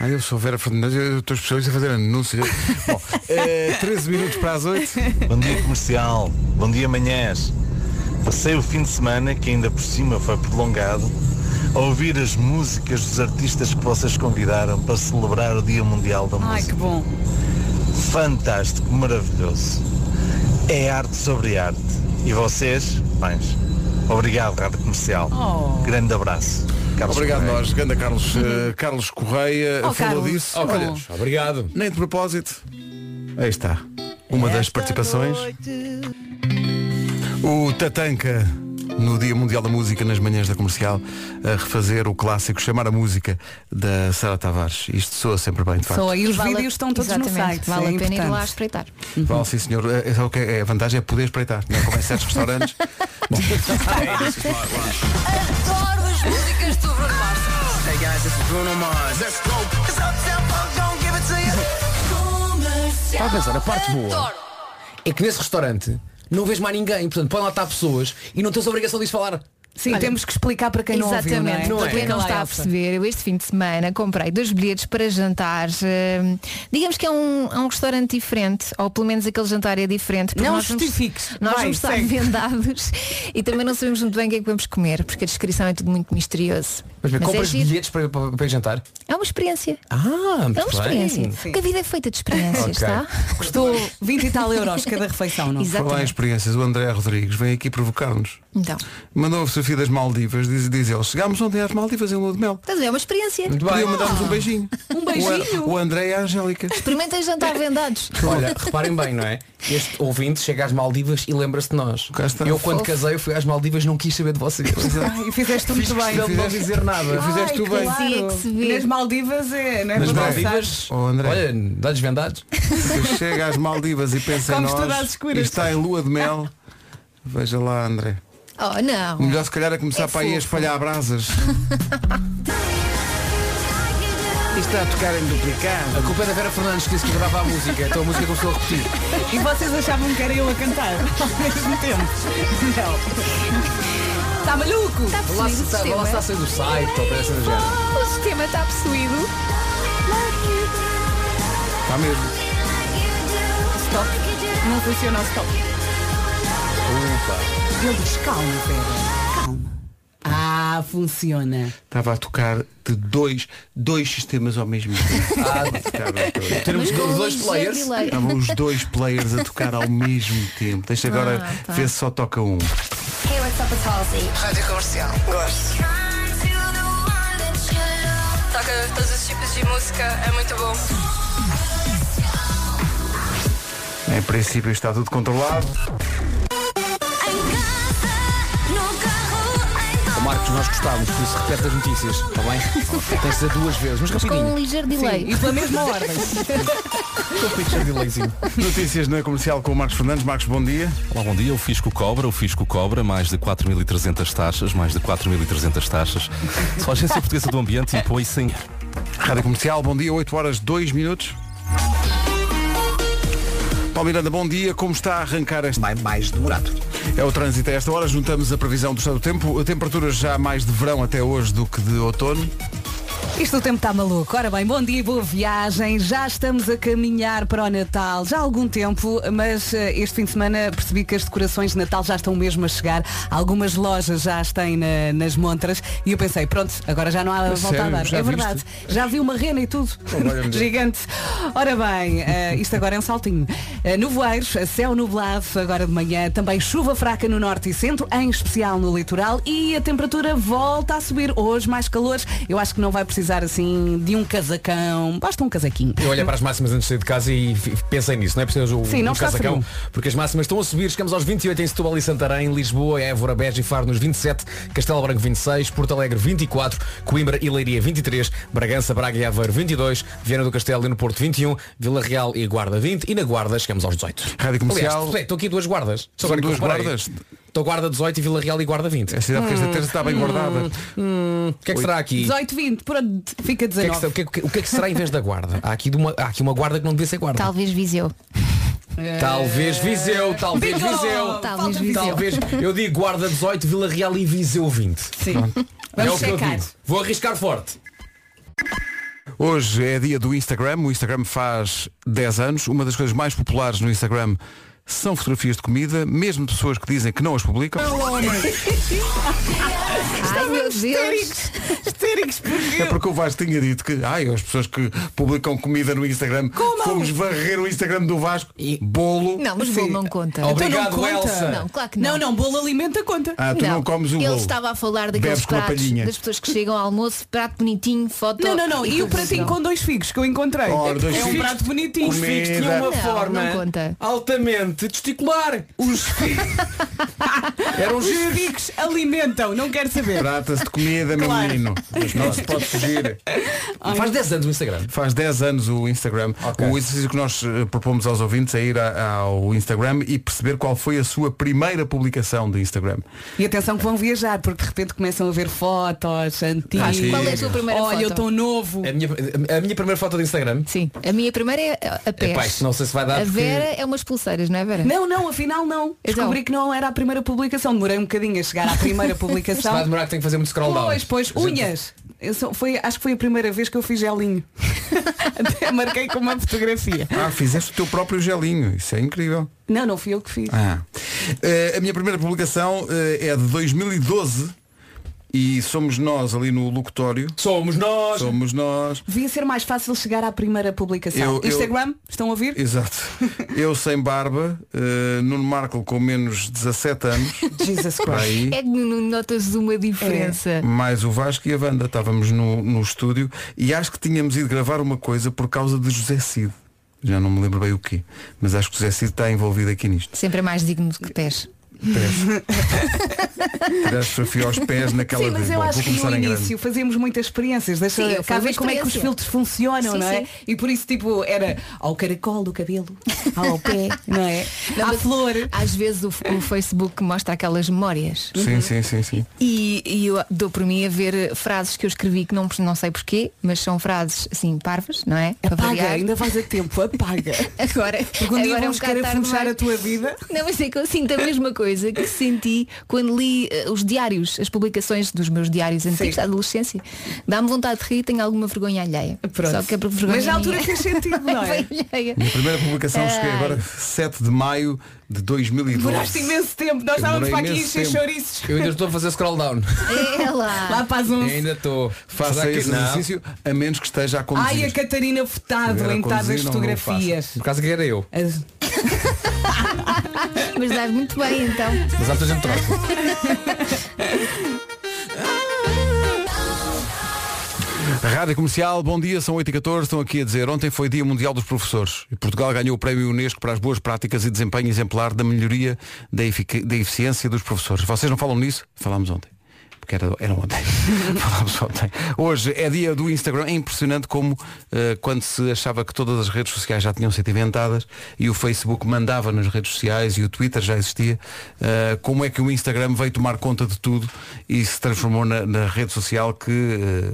A: Ah, eu sou Vera Fernandes, eu estou especialista a fazer anúncios. Bom, eh, 13 minutos para as 8.
H: Bom dia comercial, bom dia manhãs. Passei o fim de semana, que ainda por cima foi prolongado, a ouvir as músicas dos artistas que vocês convidaram para celebrar o Dia Mundial da
D: Ai que
H: Música.
D: bom.
H: Fantástico, maravilhoso. É arte sobre arte. E vocês, bens. Obrigado, Rádio Comercial.
D: Oh.
H: Grande abraço. Carlos
A: Obrigado
H: Correia.
A: nós, Ganda Carlos, eh, Carlos Correia
D: Oh,
A: falou
D: Carlos.
A: disso.
D: Oh.
A: Olha,
F: Obrigado.
A: nem de propósito. Aí está. Uma das participações. O Tatanka, no Dia Mundial da Música, nas manhãs da comercial, a refazer o clássico Chamar a Música da Sara Tavares. Isto soa sempre bem, de facto.
D: Só aí os
E: Vale a-
D: vídeos estão todos no
E: Exatamente,
D: site.
E: Vale
D: é
E: a pena ir lá
D: importante.
E: espreitar.
A: Vale, sim senhor. É, é, só o que é- a vantagem é poder espreitar, não é como em certos restaurantes. Bom.
I: Adoro as músicas do Bruno Mars.
F: Estava a pensar, a parte boa
I: Adoro.
F: é que nesse restaurante não vês mais ninguém, portanto podem lá estar pessoas e não tens a obrigação de lhes falar.
D: Sim, temos que explicar para quem
E: Exatamente,
D: não ouviu, não é?
E: para quem
D: Explica
E: não
D: lá,
E: está a
D: Elsa.
E: perceber, eu este fim de semana comprei dois bilhetes para jantar. eh, digamos que é um, é um restaurante diferente, ou pelo menos aquele jantar é diferente. porque
D: Não
E: nós vamos-
D: justifiques.
E: Nós
D: Vai,
E: vamos estar
D: segue.
E: vendados e também não sabemos muito bem o que é que vamos comer, porque a descrição é tudo muito misterioso.
F: Mas bem,
E: é,
F: compras
E: giro.
F: bilhetes para, para, para ir jantar?
E: é uma experiência.
F: Ah,
E: É uma experiência. Porque a vida é feita de experiências, tá?
F: Ok.
E: está?
D: Custou 20 e tal euros cada refeição,
A: Por
D: não?
A: lá em
E: Exatamente.
A: experiências, o André Rodrigues vem aqui provocar-nos.
E: Então,
A: Mandou a Sofia das Maldivas, diz, diz ele, chegámos ontem às Maldivas em Lua de Mel.
E: estás a ver, é uma experiência.
F: Muito bem.
A: Podiam mandar-nos um beijinho.
D: Um beijinho?
A: O, o André e a Angélica.
E: Experimentem jantar vendados.
F: Olha, reparem bem, não é? Este ouvinte chega às Maldivas e lembra-se de nós.
A: Cá está.
F: Eu quando casei eu fui às Maldivas não quis saber de vocês.
D: Ai, e fizeste muito
F: Fiz
D: bem.
F: questão de não dizer nada.
A: Fizeste tu bem.
E: Assim é que se vê.
D: Nas Maldivas é, não é?
A: Nas
D: para
A: Maldivas,
D: pensar.
A: oh, André.
F: Olha, dá-lhes vendados.
A: Se chega às Maldivas e pensa em
D: Comes tudo às
A: nós
D: escuras.
A: e está em lua de mel, veja lá, André.
E: Oh,
A: O
E: não.
A: melhor se calhar é começar
E: É
A: para aí a
E: fofo.
A: espalhar brasas. Está a tocar em duplicado.
F: A culpa é da Vera Fernandes que disse que gravava a música, então a música começou a repetir.
D: E vocês achavam que era eu a cantar ao mesmo tempo? Não. Está maluco?
E: Está possuído
F: Lá
E: o é?
F: se está,
E: sistema.
F: lá se está a sair do site ou parece do género.
E: O sistema está possuído.
A: Está mesmo.
D: Stop. Não funciona o stop. Ele diz, calma, Vera. Calma. Ah, funciona.
A: Estava a tocar de dois, dois sistemas ao mesmo tempo. Estava-
F: Temos
E: Mas com
F: dois
E: um
F: players.
E: ligeiro delay.
A: Estavam os dois players a tocar ao mesmo tempo. Deixa agora
E: Ah, tá.
A: ver se só toca um.
I: Hey, what's up, it's Halsey.
J: Rádio Comercial. Gosto.
I: Toca todos os tipos de música, é muito bom.
A: Em princípio está tudo controlado.
F: O Marcos, nós gostávamos, por isso repete as notícias, está bem? Tens de dizer duas vezes, mas
E: Com um
F: rapidinho.
E: ligeiro
D: Sim,
E: delay.
D: e pela mesma ordem.
F: Com um picture delayzinho.
A: Notícias na comercial com o Marcos Fernandes. Marcos, bom dia.
K: Olá, bom dia. O Fisco cobra, o Fisco cobra mais de 4.300 taxas, mais de 4.300 taxas. Só a Agência Portuguesa do Ambiente impõe 100...
A: Rádio Comercial, bom dia, 8 horas 2 minutos. Paulo Miranda, bom dia. Como está a arrancar este...
C: Mais, mais demorado.
A: É o trânsito a esta hora. Juntamos a previsão do estado do tempo. Temperaturas já mais de verão até hoje do que de outono.
D: Isto o tempo está maluco. Ora bem, bom dia e boa viagem. Já estamos a caminhar para o Natal já há algum tempo, mas eh, este fim de semana percebi que as decorações de Natal já estão mesmo a chegar. Algumas lojas já as têm na- nas montras e eu pensei, pronto, agora já não há
A: A
D: volta a
A: sério?
D: dar.
A: Já
D: é verdade. Já vi uma rena e tudo.
A: valha-me Deus.
D: Gigante. Ora bem, eh, isto agora é um saltinho. Eh, Nevoeiros, céu nublado agora de manhã, também chuva fraca no norte e centro, em especial no litoral, e a temperatura volta a subir. Hoje mais calores, eu acho que não vai precisar assim de um casacão, basta um casaquinho.
F: Eu olhei para as máximas antes de sair de casa e f- pensei nisso, não é preciso o
D: Sim, não
F: o
D: está
F: casacão,
D: frio.
F: porque as máximas estão a subir, chegamos aos 28 em Setúbal e Santarém, Lisboa, Évora, Beja e Faro nos 27, Castelo Branco 26, Porto Alegre 24, Coimbra e Leiria 23, Bragança, Braga e Aveiro 22, Viana do Castelo e no Porto 21, Vila Real e Guarda 20 e na Guarda chegamos aos 18.
A: Rádio Comercial.
F: Aliás, estou aqui duas guardas.
A: São
F: Agora que
A: duas
F: reparei.
A: guardas? É
F: Estou Guarda 18 e Vila Real e Guarda 20.
A: A cidade
C: Hum,
A: porque esta terça está bem guardada.
F: O que é que será aqui?
D: 18, 20, pronto, fica
F: O que, é
D: 19.
F: que, se- o que é que- o que é que será em vez da guarda? Há aqui, de uma, há aqui uma guarda que não devia ser guarda.
E: Talvez Viseu.
F: Talvez Viseu, talvez
E: Bingo!
F: Viseu.
E: Talvez Viseu.
F: Talvez. Eu digo Guarda 18, Vila Real e Viseu 20.
D: Sim.
F: é
D: Vamos
F: o que eu
D: checar.
F: digo. Vou arriscar forte.
A: Hoje é dia do Instagram. O Instagram faz 10 anos. Uma das coisas mais populares no Instagram são fotografias de comida, mesmo pessoas que dizem que não as publicam.
E: Ai meu Deus.
D: Histéricos, histéricos, porque
A: É porque o Vasco tinha dito que ai, as pessoas que publicam comida no Instagram
D: Comam!
A: fomos varrer o Instagram do Vasco. Bolo.
E: Não, mas
D: Sim.
E: bolo não conta.
F: Então
D: Então
F: Obrigado,
D: não conta.
F: Elsa.
E: Não, claro que
D: Não,
E: não.
D: não, bolo alimenta conta.
A: Ah, tu não, comes o
E: Ele
A: bolo.
E: estava a falar daqueles
A: Bebes com a
E: pratos
A: palhinha.
E: das pessoas que chegam ao almoço, prato bonitinho, foto.
D: Não, não, não. E o pratinho com dois figos que eu encontrei.
A: Ora, dois
D: é um
A: figos.
D: prato bonitinho.
A: Os figos
F: Tinha
A: Comida.
F: uma
E: Não,
F: forma
E: não conta.
F: altamente testicular. Os filhos. Eram
D: Os
F: giros.
D: figos alimentam, não quero saber.
A: Trata-se de comida, meu
D: Claro.
A: menino. Mas não se pode fugir.
F: Faz 10 anos o Instagram.
A: Faz 10 anos o Instagram.
F: Ok.
A: O exercício que nós eh, propomos aos ouvintes é ir a- ao Instagram e perceber qual foi a sua primeira publicação do Instagram.
D: E atenção que vão viajar, porque de repente começam a ver fotos antigas.
E: Vasco, qual é a tua primeira
D: Olha,
E: foto?
D: eu estou novo.
A: É.
F: A minha, a minha primeira foto do Instagram.
E: Sim. A minha primeira é a pé.
F: Epá, isto não sei se vai dar
E: A
F: porque-
E: Vera é umas pulseiras, não é Vera?
D: Não, não, afinal não.
E: Então.
D: Descobri que não era a primeira publicação. Demorei um bocadinho a chegar à primeira
F: Isto vai
D: publicação.
F: demorar que tenho que fazer muito scroll down.
D: então. Pois, pois, unhas.
A: tá-
D: Eu só- foi, acho que foi a primeira vez que eu fiz gelinho. Até marquei com uma fotografia.
A: Ah, fizeste o teu próprio gelinho. Isso é incrível.
D: Não, não fui eu que fiz.
A: Ah. Eh, a minha primeira publicação eh, é de 2012 e somos nós ali no locutório.
F: Somos nós.
A: Somos nós.
D: Devia ser mais fácil chegar à primeira publicação.
A: Eu- eu-
D: Instagram, estão a ouvir?
A: Exato. Eu sem barba, eh, Nuno Marco com menos 17 anos,
D: Jesus
A: para
D: Christ.
A: aí,
E: É que não notas uma diferença.
D: É.
A: mais o Vasco e a Wanda. Estávamos no, no estúdio e acho que tínhamos ido gravar uma coisa por causa de José Cid. Já não me lembro bem o quê, mas acho que José Cid está envolvido aqui nisto.
E: Sempre é mais digno do que pés.
A: Pés. Tirar a fotografia aos pés naquela
D: Sim, mas
A: vez.
D: eu
A: Bom,
D: acho
A: vou
D: que
A: começar
D: no
A: em grande.
D: início fazíamos muitas experiências. Deixa
E: Sim, eu
D: cá
E: fui
D: ver
E: uma
D: como é que os
E: experiência.
D: filtros funcionam,
E: Sim,
D: não é?
E: sim.
D: E por isso, tipo, era ao caracol do cabelo, ao pé, não é?
E: Não,
D: à
E: mas
D: flor.
E: Às vezes o, o Facebook mostra aquelas memórias.
A: Sim, sim, sim, sim.
E: E, e eu dou por mim a ver eh, frases que eu escrevi que não, não sei porquê, mas são frases assim parvas, não é? Para
D: Apaga,
E: variar.
D: ainda vais a tempo, apaga.
E: Agora,
D: Porque um dia
E: agora é um
D: vamos querer
E: bocado tarde
D: afrouxar
E: demais.
D: a tua vida.
E: Não, mas é que eu sinto a mesma coisa que senti quando li eh, os diários, as publicações dos meus diários antigos
D: Sim.
E: da adolescência. Dá-me vontade de rir e tenho alguma vergonha alheia.
D: Pronto.
E: Só que é por vergonha
D: Mas na altura
E: minha.
D: fez sentido, não é?
E: Vergonha alheia.
A: Minha primeira
D: Ah.
A: publicação cheguei agora 7 de maio de 2012.
D: Demoraste imenso tempo, nós estávamos
A: Demorei
D: para aqui
A: imenso
D: encher
A: tempo.
D: chouriços.
F: Eu ainda estou a fazer scroll down.
E: É
D: Lá um
E: lá.
D: para as 11.
F: ainda estou.
A: Faça
F: Será que é
A: esse
F: não?
A: exercício a menos que esteja a
D: Ai,
A: conduzir.
D: a Catarina Furtado
A: Era
D: em
A: conduzir, não-
D: tantas
A: não
D: fotografias.
F: Por causa que era eu.
D: As-
E: Mas dá muito bem então.
D: Tá
F: Mas há muita gente troca.
A: Rádio Comercial, bom dia, são 8h14, estão aqui a dizer, ontem foi Dia Mundial dos Professores e Portugal ganhou o Prémio Unesco para as boas práticas e desempenho exemplar da melhoria da, efica- da eficiência dos professores. Vocês não falam nisso? Falámos ontem. Porque porque era, era ontem. Falámos ontem. Hoje é dia do Instagram. É impressionante como eh, quando se achava que todas as redes sociais já tinham sido inventadas e o Facebook mandava nas redes sociais e o Twitter já existia, eh, como é que o Instagram veio tomar conta de tudo e se transformou na, na rede social que,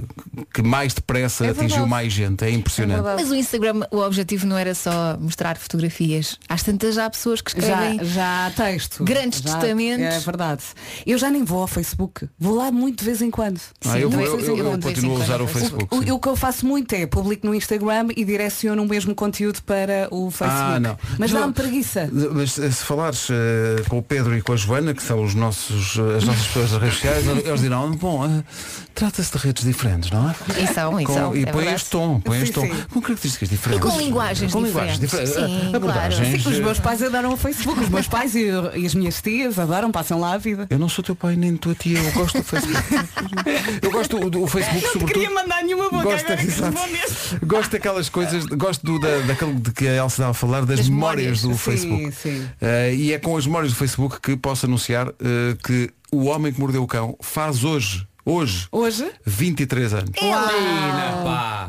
A: eh, que mais depressa
E: É
A: atingiu
E: verdade.
A: mais gente. É impressionante.
E: Mas o Instagram, o objetivo não era só mostrar fotografias. Às tantas já há pessoas que
D: Já,
E: escrevem.
D: já há texto.
E: é Grandes
D: Já-
E: testamentos.
D: É verdade. Eu já nem vou ao Facebook. Vou lá muito de vez em quando.
A: Ah, eu vou-
D: é?
A: eu- eu continuo a usar o Facebook,
D: O, o que eu faço muito é publico no Instagram e direciono o mesmo conteúdo para o Facebook.
A: Ah, não.
D: Mas
A: Não.
D: dá-me preguiça.
A: Mas eh, se falares eh, com o Pedro e com a Joana, que são os nossos, eh, as nossas pessoas das redes sociais, eles dirão, bom, eh, trata-se de redes diferentes, não é?
E: E são, e
A: Com-
E: são,
A: e
E: é
A: põe
E: verdade.
A: este tom, põe
E: Sim,
A: este tom.
E: sim.
A: Com características
E: E
A: diferentes.
E: com linguagens
A: Com linguagens
E: diferentes.
A: diferentes.
E: Sim,
A: Abordagens,
D: Sim, que os
A: eh,
D: meus pais adoram o Facebook. Os meus pais e, e as minhas tias adoram, passam lá a vida.
A: Eu não sou teu pai nem tua tia, eu gosto do Facebook. eu gosto do, do Facebook
D: Não te
A: sobretudo.
D: queria mandar nenhuma boca
A: Gosto,
D: agora é que
A: exato.
D: respondeste.
A: gosto daquelas coisas, gosto do, da, daquele de que a Elsa estava a falar, das,
D: Das
A: memórias, do
D: memórias, sim,
A: Facebook.
D: sim.
A: Eh, e é com as memórias do Facebook que posso anunciar eh, que o homem que mordeu o cão faz hoje, hoje,
D: hoje?
A: 23 anos.
D: É.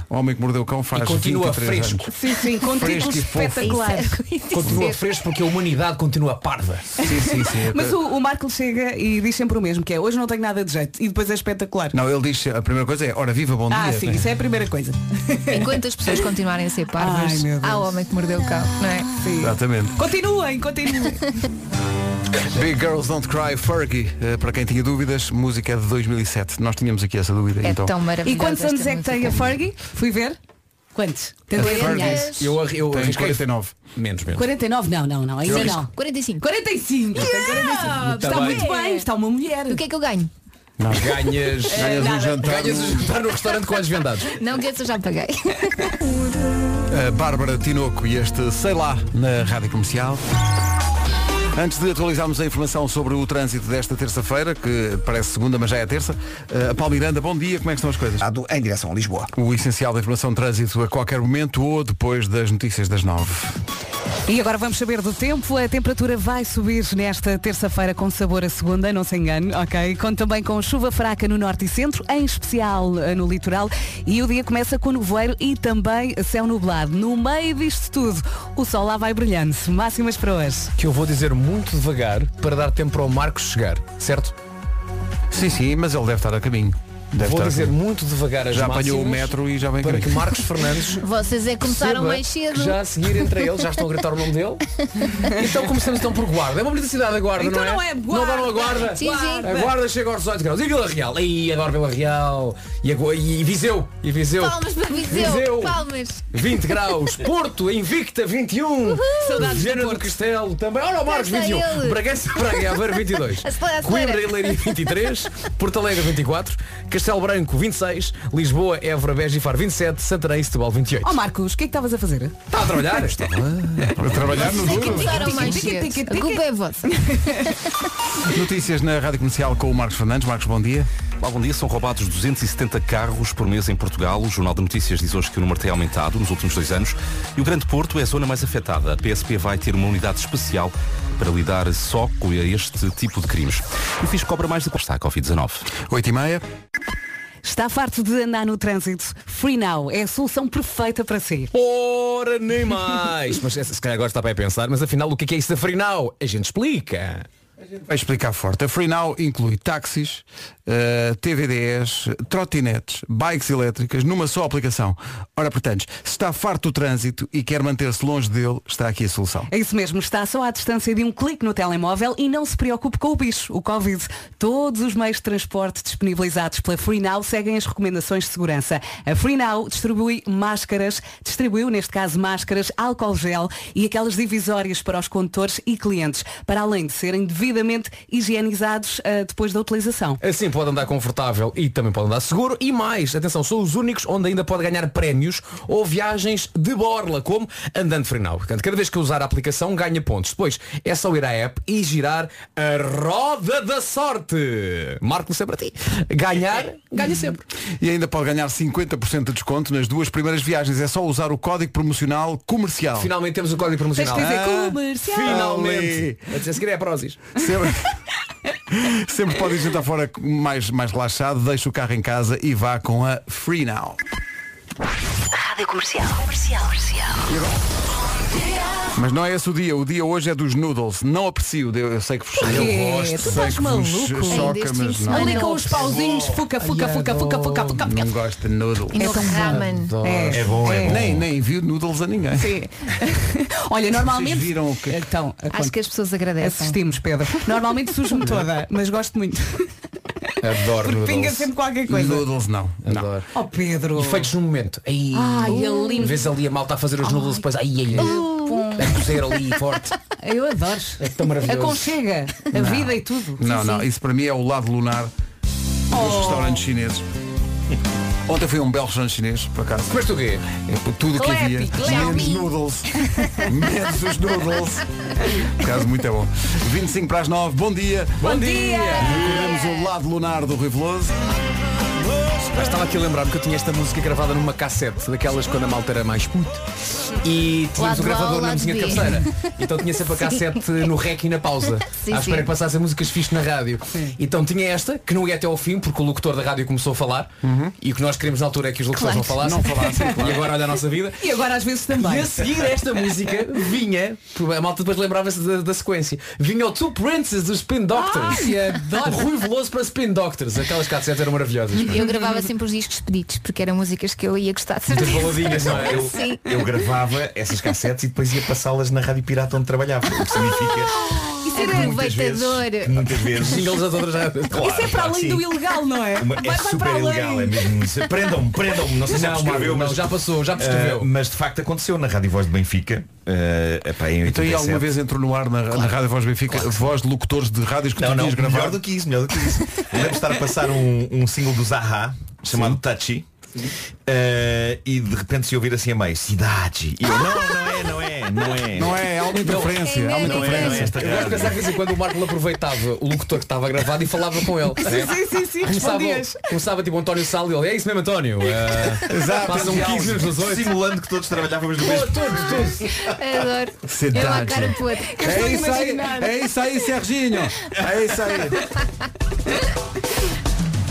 A: O homem que mordeu o cão faz
F: E continua
A: 23
F: fresco.
A: anos.
D: Sim, sim, com
A: Fresco
D: títulos
A: e fofo.
D: espetaculares.
F: Continua fresco porque a humanidade continua parva.
A: Sim, sim, sim.
D: Mas o, o Marco chega e diz sempre o mesmo, que é hoje não tenho nada de jeito e depois é espetacular.
A: Não, ele diz, a primeira coisa é, ora viva, bom
D: ah,
A: dia.
D: sim, isso é a primeira coisa.
E: Enquanto as pessoas continuarem a ser parvas,
D: Ai, meu Deus.
E: há homem que mordeu o cão, não é?
A: Exatamente.
D: Continuem, continuem.
A: Big Girls Don't Cry, Fergie. Eh, para quem tinha dúvidas, música de 2007. Nós tínhamos aqui essa dúvida.
E: É
A: então.
E: tão
D: E
E: maravilhoso.
D: quantos anos é que tem a Fergie? Fui ver. Quantos? Tem
A: A
D: 40?
A: É Fergie.
F: Eu, arri- eu
A: Tem
F: arrisquei
A: 49.
F: menos, menos.
D: 49? Não, não, não, ainda não.
E: 45.
D: 45! Tem 45. Está
F: bem.
D: muito bem, está uma mulher.
E: O que é que eu ganho?
F: Ganhas,
D: É
A: Ganhas um jantar.
F: ganhas
A: no-
F: o jantar no restaurante com olhos vendados.
E: Não, que esse eu já paguei.
A: A eh, Bárbara Tinoco e este Sei Lá na Rádio Comercial. Antes de atualizarmos a informação sobre o trânsito desta terça-feira, que parece segunda, mas já é terça, eh, a Palmiranda, bom dia, como é que estão as coisas?
C: Em direção a Lisboa.
A: O essencial da informação de trânsito a qualquer momento ou depois das notícias das nove.
D: E agora vamos saber do tempo. A temperatura vai subir nesta terça-feira com sabor a segunda, não se engane, ok? Conto também com chuva fraca no norte e centro, em especial eh, no litoral. E o dia começa com nevoeiro e também céu nublado. No meio disto tudo, o sol lá vai brilhando. Máximas para hoje.
F: Que eu vou dizer muito devagar para dar tempo para o Marcos chegar, certo?
A: Sim, sim, mas ele deve estar a caminho. Deve
F: vou
A: estar a
F: dizer
A: caminho.
F: muito devagar as
A: Já apanhou o
F: máximas
A: metro e já vem
F: para
A: caminho.
F: que Marcos Fernandes
E: Vocês é que começaram
F: Perceba
E: mais cedo.
F: que Já a seguir entre eles, já estão a gritar o nome dele. Então começamos então por guarda. É uma bonita cidade a guarda,
D: Então
F: não
D: não
F: é?
D: é Guarda.
F: Não dá uma guarda.
E: Sim, sim.
F: A guarda chega aos 18 graus. E Vila Real? E agora Vila Real. E, agora, e Viseu. E Viseu.
E: Palmas para Viseu.
F: Viseu.
E: Palmas.
F: 20 graus. Porto, Invicta, 21.
D: Saudades do
F: Viana do,
D: Porto.
F: Castelo também. Olha o Marcos,
E: Cá está
F: 21.
E: ele.
F: Bragança, Braga e Aveiro, 22.
E: Acelera, acelera.
F: Coimbra e Leiria, 23. Porto Alegre, 24. Castelo Branco, 26. Lisboa, Évora, Beja e Faro, 27. Santarém e Setúbal, 28.
D: Ó Marcos, o que é que estavas a fazer?
F: Está a trabalhar?
A: Para trabalhar no
E: Sei É que
A: duro.
E: começaram mais
D: tica, tica,
E: cedo.
D: tica.
E: A culpa é vossa.
A: Notícias na Rádio Comercial com o Marcos Fernandes. Marcos, bom dia.
K: Lá bom dia, são roubados 270 carros por mês em Portugal. O Jornal de Notícias diz hoje que o número tem aumentado nos últimos dois anos e o Grande Porto é a zona mais afetada. A PSP vai ter uma unidade especial para lidar só com este tipo de crimes. O Fisco cobra mais de custa a Covid-19.
A: 8 e meia.
D: Está farto de andar no trânsito? Free Now é a solução perfeita para si.
F: Ora, nem mais! Mas eh, se calhar agora está bem a pensar, mas afinal o que é que é isso da Frinal? A gente explica.
A: Vai explicar forte. A Free Now inclui táxis, eh, TVDs, trotinetes, bikes elétricas numa só aplicação. Ora, portanto, se está farto do trânsito e quer manter-se longe dele, está aqui a solução.
D: É isso mesmo, está só à distância de um clique no telemóvel e não se preocupe com o bicho, o Covid. Todos os meios de transporte disponibilizados pela FreeNow seguem as recomendações de segurança. A FreeNow distribui máscaras, distribuiu neste caso máscaras, álcool gel e aquelas divisórias para os condutores e clientes, para além de serem devidamente higienizados ah, depois da utilização.
F: Assim pode andar confortável e também pode andar seguro. E mais, atenção, são os únicos onde ainda pode ganhar prémios ou viagens de borla, como andando Frinal. Portanto, cada vez que usar a aplicação ganha pontos. Depois é só ir à app e girar a roda da sorte. Marco sempre a ti. Ganhar, ganha sempre.
A: E ainda pode ganhar 50% de desconto nas duas primeiras viagens. É só usar o código promocional comercial.
F: Finalmente temos o código
D: Tens
F: promocional.
D: que dizer
A: Ah,
D: comercial.
F: Finalmente. A dizer, se querer é Prozis.
A: Sempre... Sempre pode ir jantar fora mais, mais relaxado, deixe o carro em casa e vá com a Free Now.
J: Rádio comercial. Comercial. Comercial.
A: Mas não é esse o dia, o dia hoje é dos noodles. Não aprecio, eu eu sei que vos eu gosto,
D: Tu
A: sei
D: estás
A: que vos
D: maluco?
A: choca, mas não.
D: Ali com os pauzinhos, fuca, fuca, fuca, fuca, fuca, fuca.
A: Não gosto de noodles.
D: É tão bom. Ramen. É. É bom, é bom.
A: Nem, nem envio noodles a ninguém.
D: Sim. Olha, normalmente.
A: Vocês viram o que...
D: Então,
E: Acho que as pessoas agradecem.
D: É Assistimos, Pedro. Normalmente sujo-me toda, mas gosto muito.
A: Adoro
D: Porque pinga sempre qualquer coisa.
A: Noodles não.
F: Adoro.
D: Oh Pedro.
F: E feitos no momento. Aí,
D: Ai,
F: uh,
D: é lindo.
F: Vês ali a malta a fazer os noodles depois. Ai, ai, ai. A cozer ali forte.
D: Eu adoro.
F: É tão maravilhoso.
D: Aconchega a vida e tudo.
A: Não, não, isso para mim é o lado lunar
D: Oh.
A: dos restaurantes chineses. Ontem fui a um belo restaurante chinês, por acaso.
F: Comeste o quê?
A: É por tudo o que
D: Clappy,
A: havia.
D: clappy.
A: Menos noodles. Menos os noodles. Por acaso muito é bom. 25 para as 9, bom dia.
F: Bom dia!
A: Recorremos o lado lunar do Rui Veloso.
F: Mas estava aqui a lembrar-me que eu tinha esta música gravada numa cassete, daquelas quando a malta era mais puto. E
E: Lado
F: tínhamos o gravador
E: A,
F: na
E: lado
F: mesinha de
E: B.
F: cabeceira. Então tinha sempre a cassete no rec e na pausa.
E: Sim,
F: à espera
E: sim.
F: que passassem músicas fixas na rádio. Então tinha esta, que não ia até ao fim, porque o locutor da rádio começou a falar. E o que nós queremos na altura é que os locutores
E: Claro.
F: Uhum. não falassem. E agora olha a nossa vida.
D: E agora às vezes
F: E
D: também.
F: a seguir a esta música vinha, a malta depois lembrava-se da, da sequência, vinha o Two Princes dos Spin Doctors.
D: Ai, adoro. Uhum.
F: Rui Veloso para Spin Doctors. Aquelas cassetes eram maravilhosas.
E: Eu gravava sempre os discos pedidos, porque eram músicas que eu ia gostar de
L: Muitas
E: certeza.
L: baladinhas, não é? Eu,
E: Sim.
L: eu gravava essas cassetes e depois ia passá-las na Rádio Pirata onde trabalhava. O que significa
E: Isso era
L: que muitas vezes, que
E: aproveitador.
L: muitas vezes.
F: Singles das outras rádios.
L: Claro,
D: Isso é para
L: claro que
D: além do
L: sim.
D: ilegal, não é?
L: Uma-
D: Vai-
L: é
D: vai
L: super
D: para
L: ilegal, é
D: além.
L: mesmo isso. Prendam-me, prendam-me. Não sei se já
F: Não,
L: prescreveu,
F: Marco, não,
L: mas
F: já passou, já prescreveu.
L: Ah, mas de facto aconteceu na Rádio Voz de Benfica. ah, epá, em
A: Então e
L: 87.
A: alguma vez entrou no ar na, na Rádio Voz Benfica, voz de locutores de rádios que
L: Não,
A: tu
L: não,
A: tinhas
L: melhor
A: gravado?
L: do que isso, melhor do que isso. Lembro de estar a passar um, um single do Zaha chamado Touchy. eh, e de repente se ouvir assim a meio Cidade e eu, não, não é, não é, não é
A: Não é, há uma interferência. há uma
L: não é, não é
A: interferência.
L: esta
F: Eu gosto de
L: rádio.
F: pensar que de vez em quando o Marco aproveitava o locutor que estava gravado e falava com ele. é?
D: Sim, sim, sim,
F: Começava,
D: respondias.
F: começava tipo António Sal e ele, é isso mesmo António. Eh, Passam 15 minutos nas 8.
L: Simulando que todos trabalhávamos no mesmo
E: Adoro.
A: Cidade.
E: Era uma cara podre.
A: É isso aí, é isso aí, Serginho. É isso aí.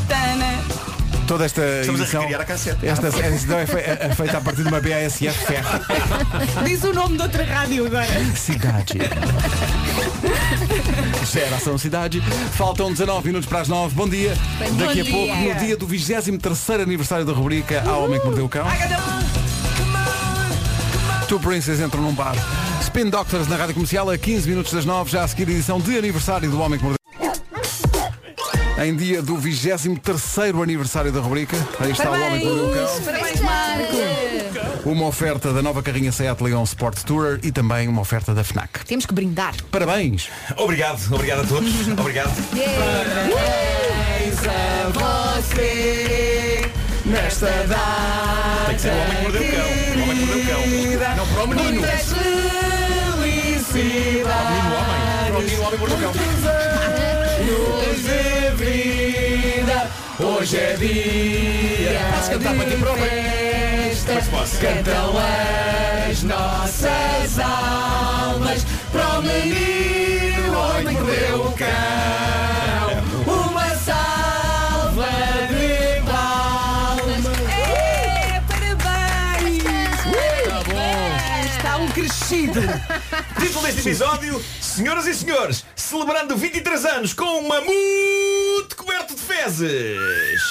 D: Tana.
A: Toda esta
L: Estamos a
A: edição,
L: recriar a cassete.
A: esta edição é fe- é feita a partir de uma BASF ferro.
D: Diz o nome de outra rádio agora.
A: Cidade. Geração Cidade. Faltam 19 minutos para as 9. Bom dia. Daqui a
E: dia.
A: pouco, no dia do 23 aniversário da rubrica Há Homem que Mordeu o Cão. Two Princes entram num bar. Spin Doctors na Rádio Comercial a 15 minutos das 9, já a seguir a edição de aniversário do Homem que Mordeu em dia do 23 aniversário da rubrica, aí está o Homem que Mordeu o Cão.
D: Parabéns, Marco.
A: Uma oferta da nova carrinha Seat Leon Sport Tourer e também uma oferta da FNAC.
E: Temos que brindar.
A: Parabéns!
L: Obrigado, obrigado a todos. Obrigado.
D: É.
A: Nesta
L: Tem que ser o homem que mordeu o cão. O homem que mordeu o cão.
A: Não, para o menino.
F: Para mim, o homem mordeu o cão. Hoje é dia. Posso cantar para ti próprio?
L: Mas posso.
F: Cantam as nossas almas para o menino homem que deu o cão. Uma salva de palmas.
D: É, parabéns.
F: Tá bom.
D: Está um crescido.
L: Título deste episódio, senhoras e senhores, celebrando 23 anos com um mamute coberto de fezes.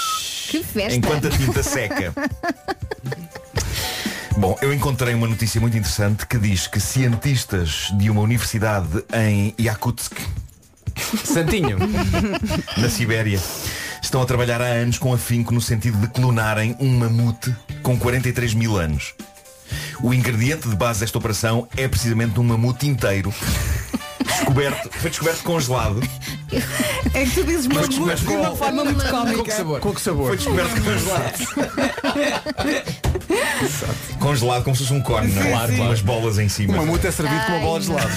E: Que festa.
L: Enquanto a tinta seca. Bom, eu encontrei uma notícia muito interessante que diz que cientistas de uma universidade em Yakutsk,
F: Santinho.
L: na Sibéria, estão a trabalhar há anos com afinco no sentido de clonarem um mamute com 43 mil anos. O ingrediente de base desta operação é precisamente um mamute inteiro. Descoberto, foi descoberto congelado.
D: É que tu dizes mamute de uma forma muito
E: Com
F: Com que
D: cómica.
F: sabor?
A: Com que sabor?
L: Foi descoberto congelado. Congelado como se fosse um cone, não é?
K: Sim,
L: Claro,
K: sim.
L: com umas bolas em cima.
K: Uma multa é servido com uma bola de gelado.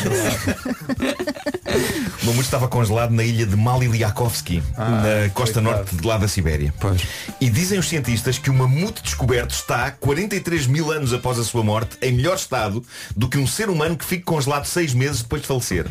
L: O mamute estava congelado na ilha de Maliliakovsky, na costa norte de lá da Sibéria. E dizem os cientistas que o mamute descoberto está 43 mil anos após a sua morte em melhor estado do que um ser humano que fique congelado seis meses depois de falecer.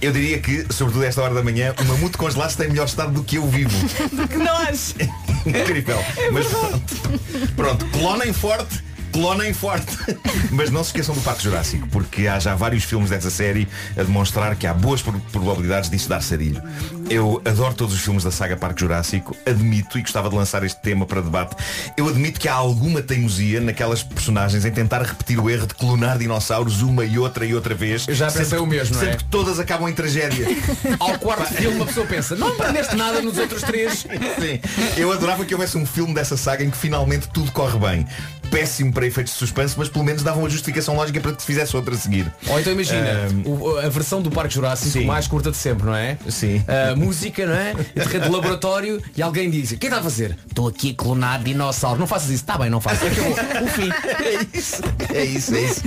L: Eu diria que, sobretudo a esta hora da manhã, o mamute congelado está em melhor estado do que eu vivo.
D: Do que nós.
L: Incrível. Mas pronto, pronto, clonem forte. Clonem forte. Mas não se esqueçam do Parque Jurássico, porque há já vários filmes dessa série a demonstrar que há boas pro- probabilidades disso dar sarilho. Eu adoro todos os filmes da saga Parque Jurássico, admito, e gostava de lançar este tema para debate, eu admito que há alguma teimosia naquelas personagens em tentar repetir o erro de clonar dinossauros uma e outra e outra vez.
F: Eu já pensei
L: sendo
F: o mesmo, não é?
L: sendo que todas acabam em tragédia.
F: Ao quarto filme uma pessoa pensa, não aprendeste nada nos outros três.
L: Sim. Eu adorava que houvesse um filme dessa saga em que finalmente tudo corre bem. Péssimo para efeitos de suspense, mas pelo menos dava uma justificação lógica para que se fizesse outra a seguir.
F: Ou então imagina, o- a versão do Parque Jurássico mais curta de sempre, não é?
L: Sim.
F: música, não é? De repente laboratório e alguém diz, o que está a fazer? Estou aqui a clonar dinossauro. Não faças isso, está bem, não faças. Acabou. O fim.
L: É isso, é isso, é isso.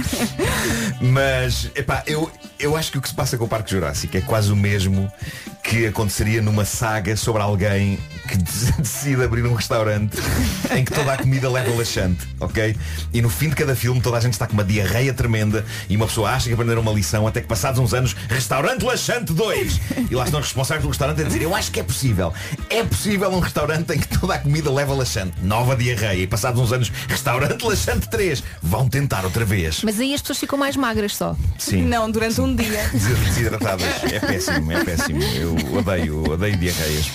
L: Mas, epá, eu, eu acho que o que se passa com o Parque Jurássico é quase o mesmo que aconteceria numa saga sobre alguém que des- decide abrir um restaurante em que toda a comida leva laxante, ok? E no fim de cada filme toda a gente está com uma diarreia tremenda e uma pessoa acha que aprenderam uma lição até que passados uns anos, restaurante laxante 2! E lá estão os responsáveis do restaurante a dizer, eu acho que é possível. É possível um restaurante em que toda a comida leva laxante. Nova diarreia. E passados uns anos, restaurante laxante 3. Vão tentar outra vez.
E: Mas aí as pessoas ficam mais magras só.
L: Sim.
D: Não, durante um dia.
L: Des- Desidratadas. É péssimo, é péssimo. Eu odeio, odeio diarreias.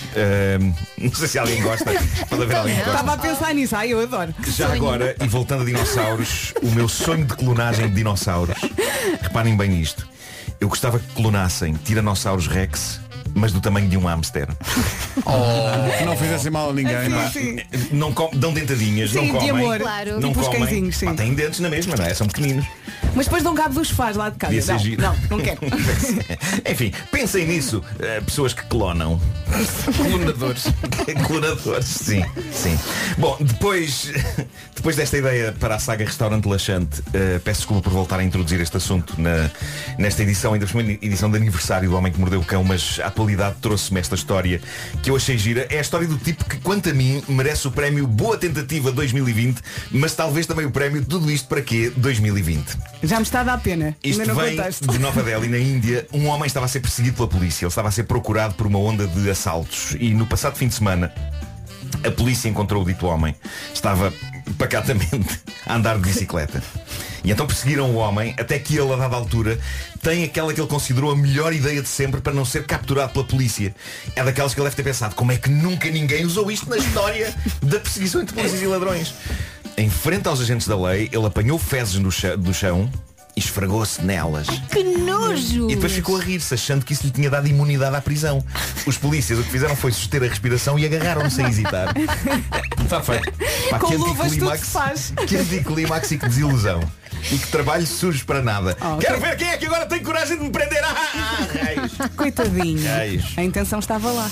L: Ahm, não sei se alguém gosta. Pode haver alguém que gosta.
D: Estava a pensar nisso, ai eu adoro.
L: Já agora, e voltando a dinossauros, o meu sonho de clonagem de dinossauros. Reparem bem nisto. Eu gostava que clonassem Tiranossauros Rex, mas do tamanho de um hamster.
F: Oh.
A: Que não fizessem mal a ninguém.
L: Pá,
A: pá.
L: Não com- dão dentadinhas,
D: Sim,
L: não
D: de
L: comem.
D: amor. Claro.
L: Não
D: Tipo os
L: comem.
D: cãezinhos,
L: Pá, têm dentes na mesma, não é? São pequeninos.
D: Mas depois dão cabo dos faz lá de casa.
L: Podia ser
D: Não,
L: giro.
D: não, não quero.
L: Enfim, pensem nisso. eh, pessoas que clonam.
F: Clonadores.
L: Clonadores, sim. sim. Bom, depois, depois desta ideia para a saga Restaurante Laxante, eh, peço desculpa por voltar a introduzir este assunto na, nesta edição, ainda por cima, edição de aniversário do Homem que Mordeu o Cão, mas a atualidade trouxe-me esta história que eu achei gira. É a história do tipo que, quanto a mim, merece o prémio Boa Tentativa 2020, mas talvez também o prémio Tudo Isto Para Quê 2020.
D: Já me está a dar pena.
L: Isto
D: Ainda não
L: vem
D: contaste.
L: de Nova Delhi, na Índia. Um homem estava a ser perseguido pela polícia. Ele estava a ser procurado por uma onda de assaltos. E no passado fim de semana, a polícia encontrou o dito homem. Estava pacatamente a andar de bicicleta. E então perseguiram o homem até que ele, a dada altura, tem aquela que ele considerou a melhor ideia de sempre para não ser capturado pela polícia. É daquelas que ele deve ter pensado, como é que nunca ninguém usou isto na história da perseguição entre polícias e ladrões? Em frente aos agentes da lei, ele apanhou fezes do chão, do chão e esfregou-se nelas.
E: Que nojo!
L: E depois ficou a rir-se, achando que isso lhe tinha dado imunidade à prisão. Os polícias o que fizeram foi suster a respiração e agarraram sem hesitar. Está feito. Pá,
D: Com
L: que
D: luvas tudo
L: anticlimax-
D: se faz.
L: Que anticlimax e que desilusão. E que trabalho sujo para nada.
D: Oh, ok.
L: Quero ver quem é que agora tem coragem de me prender. Ah, ah, ah, raios.
D: Coitadinho.
L: Raios.
D: A intenção estava lá.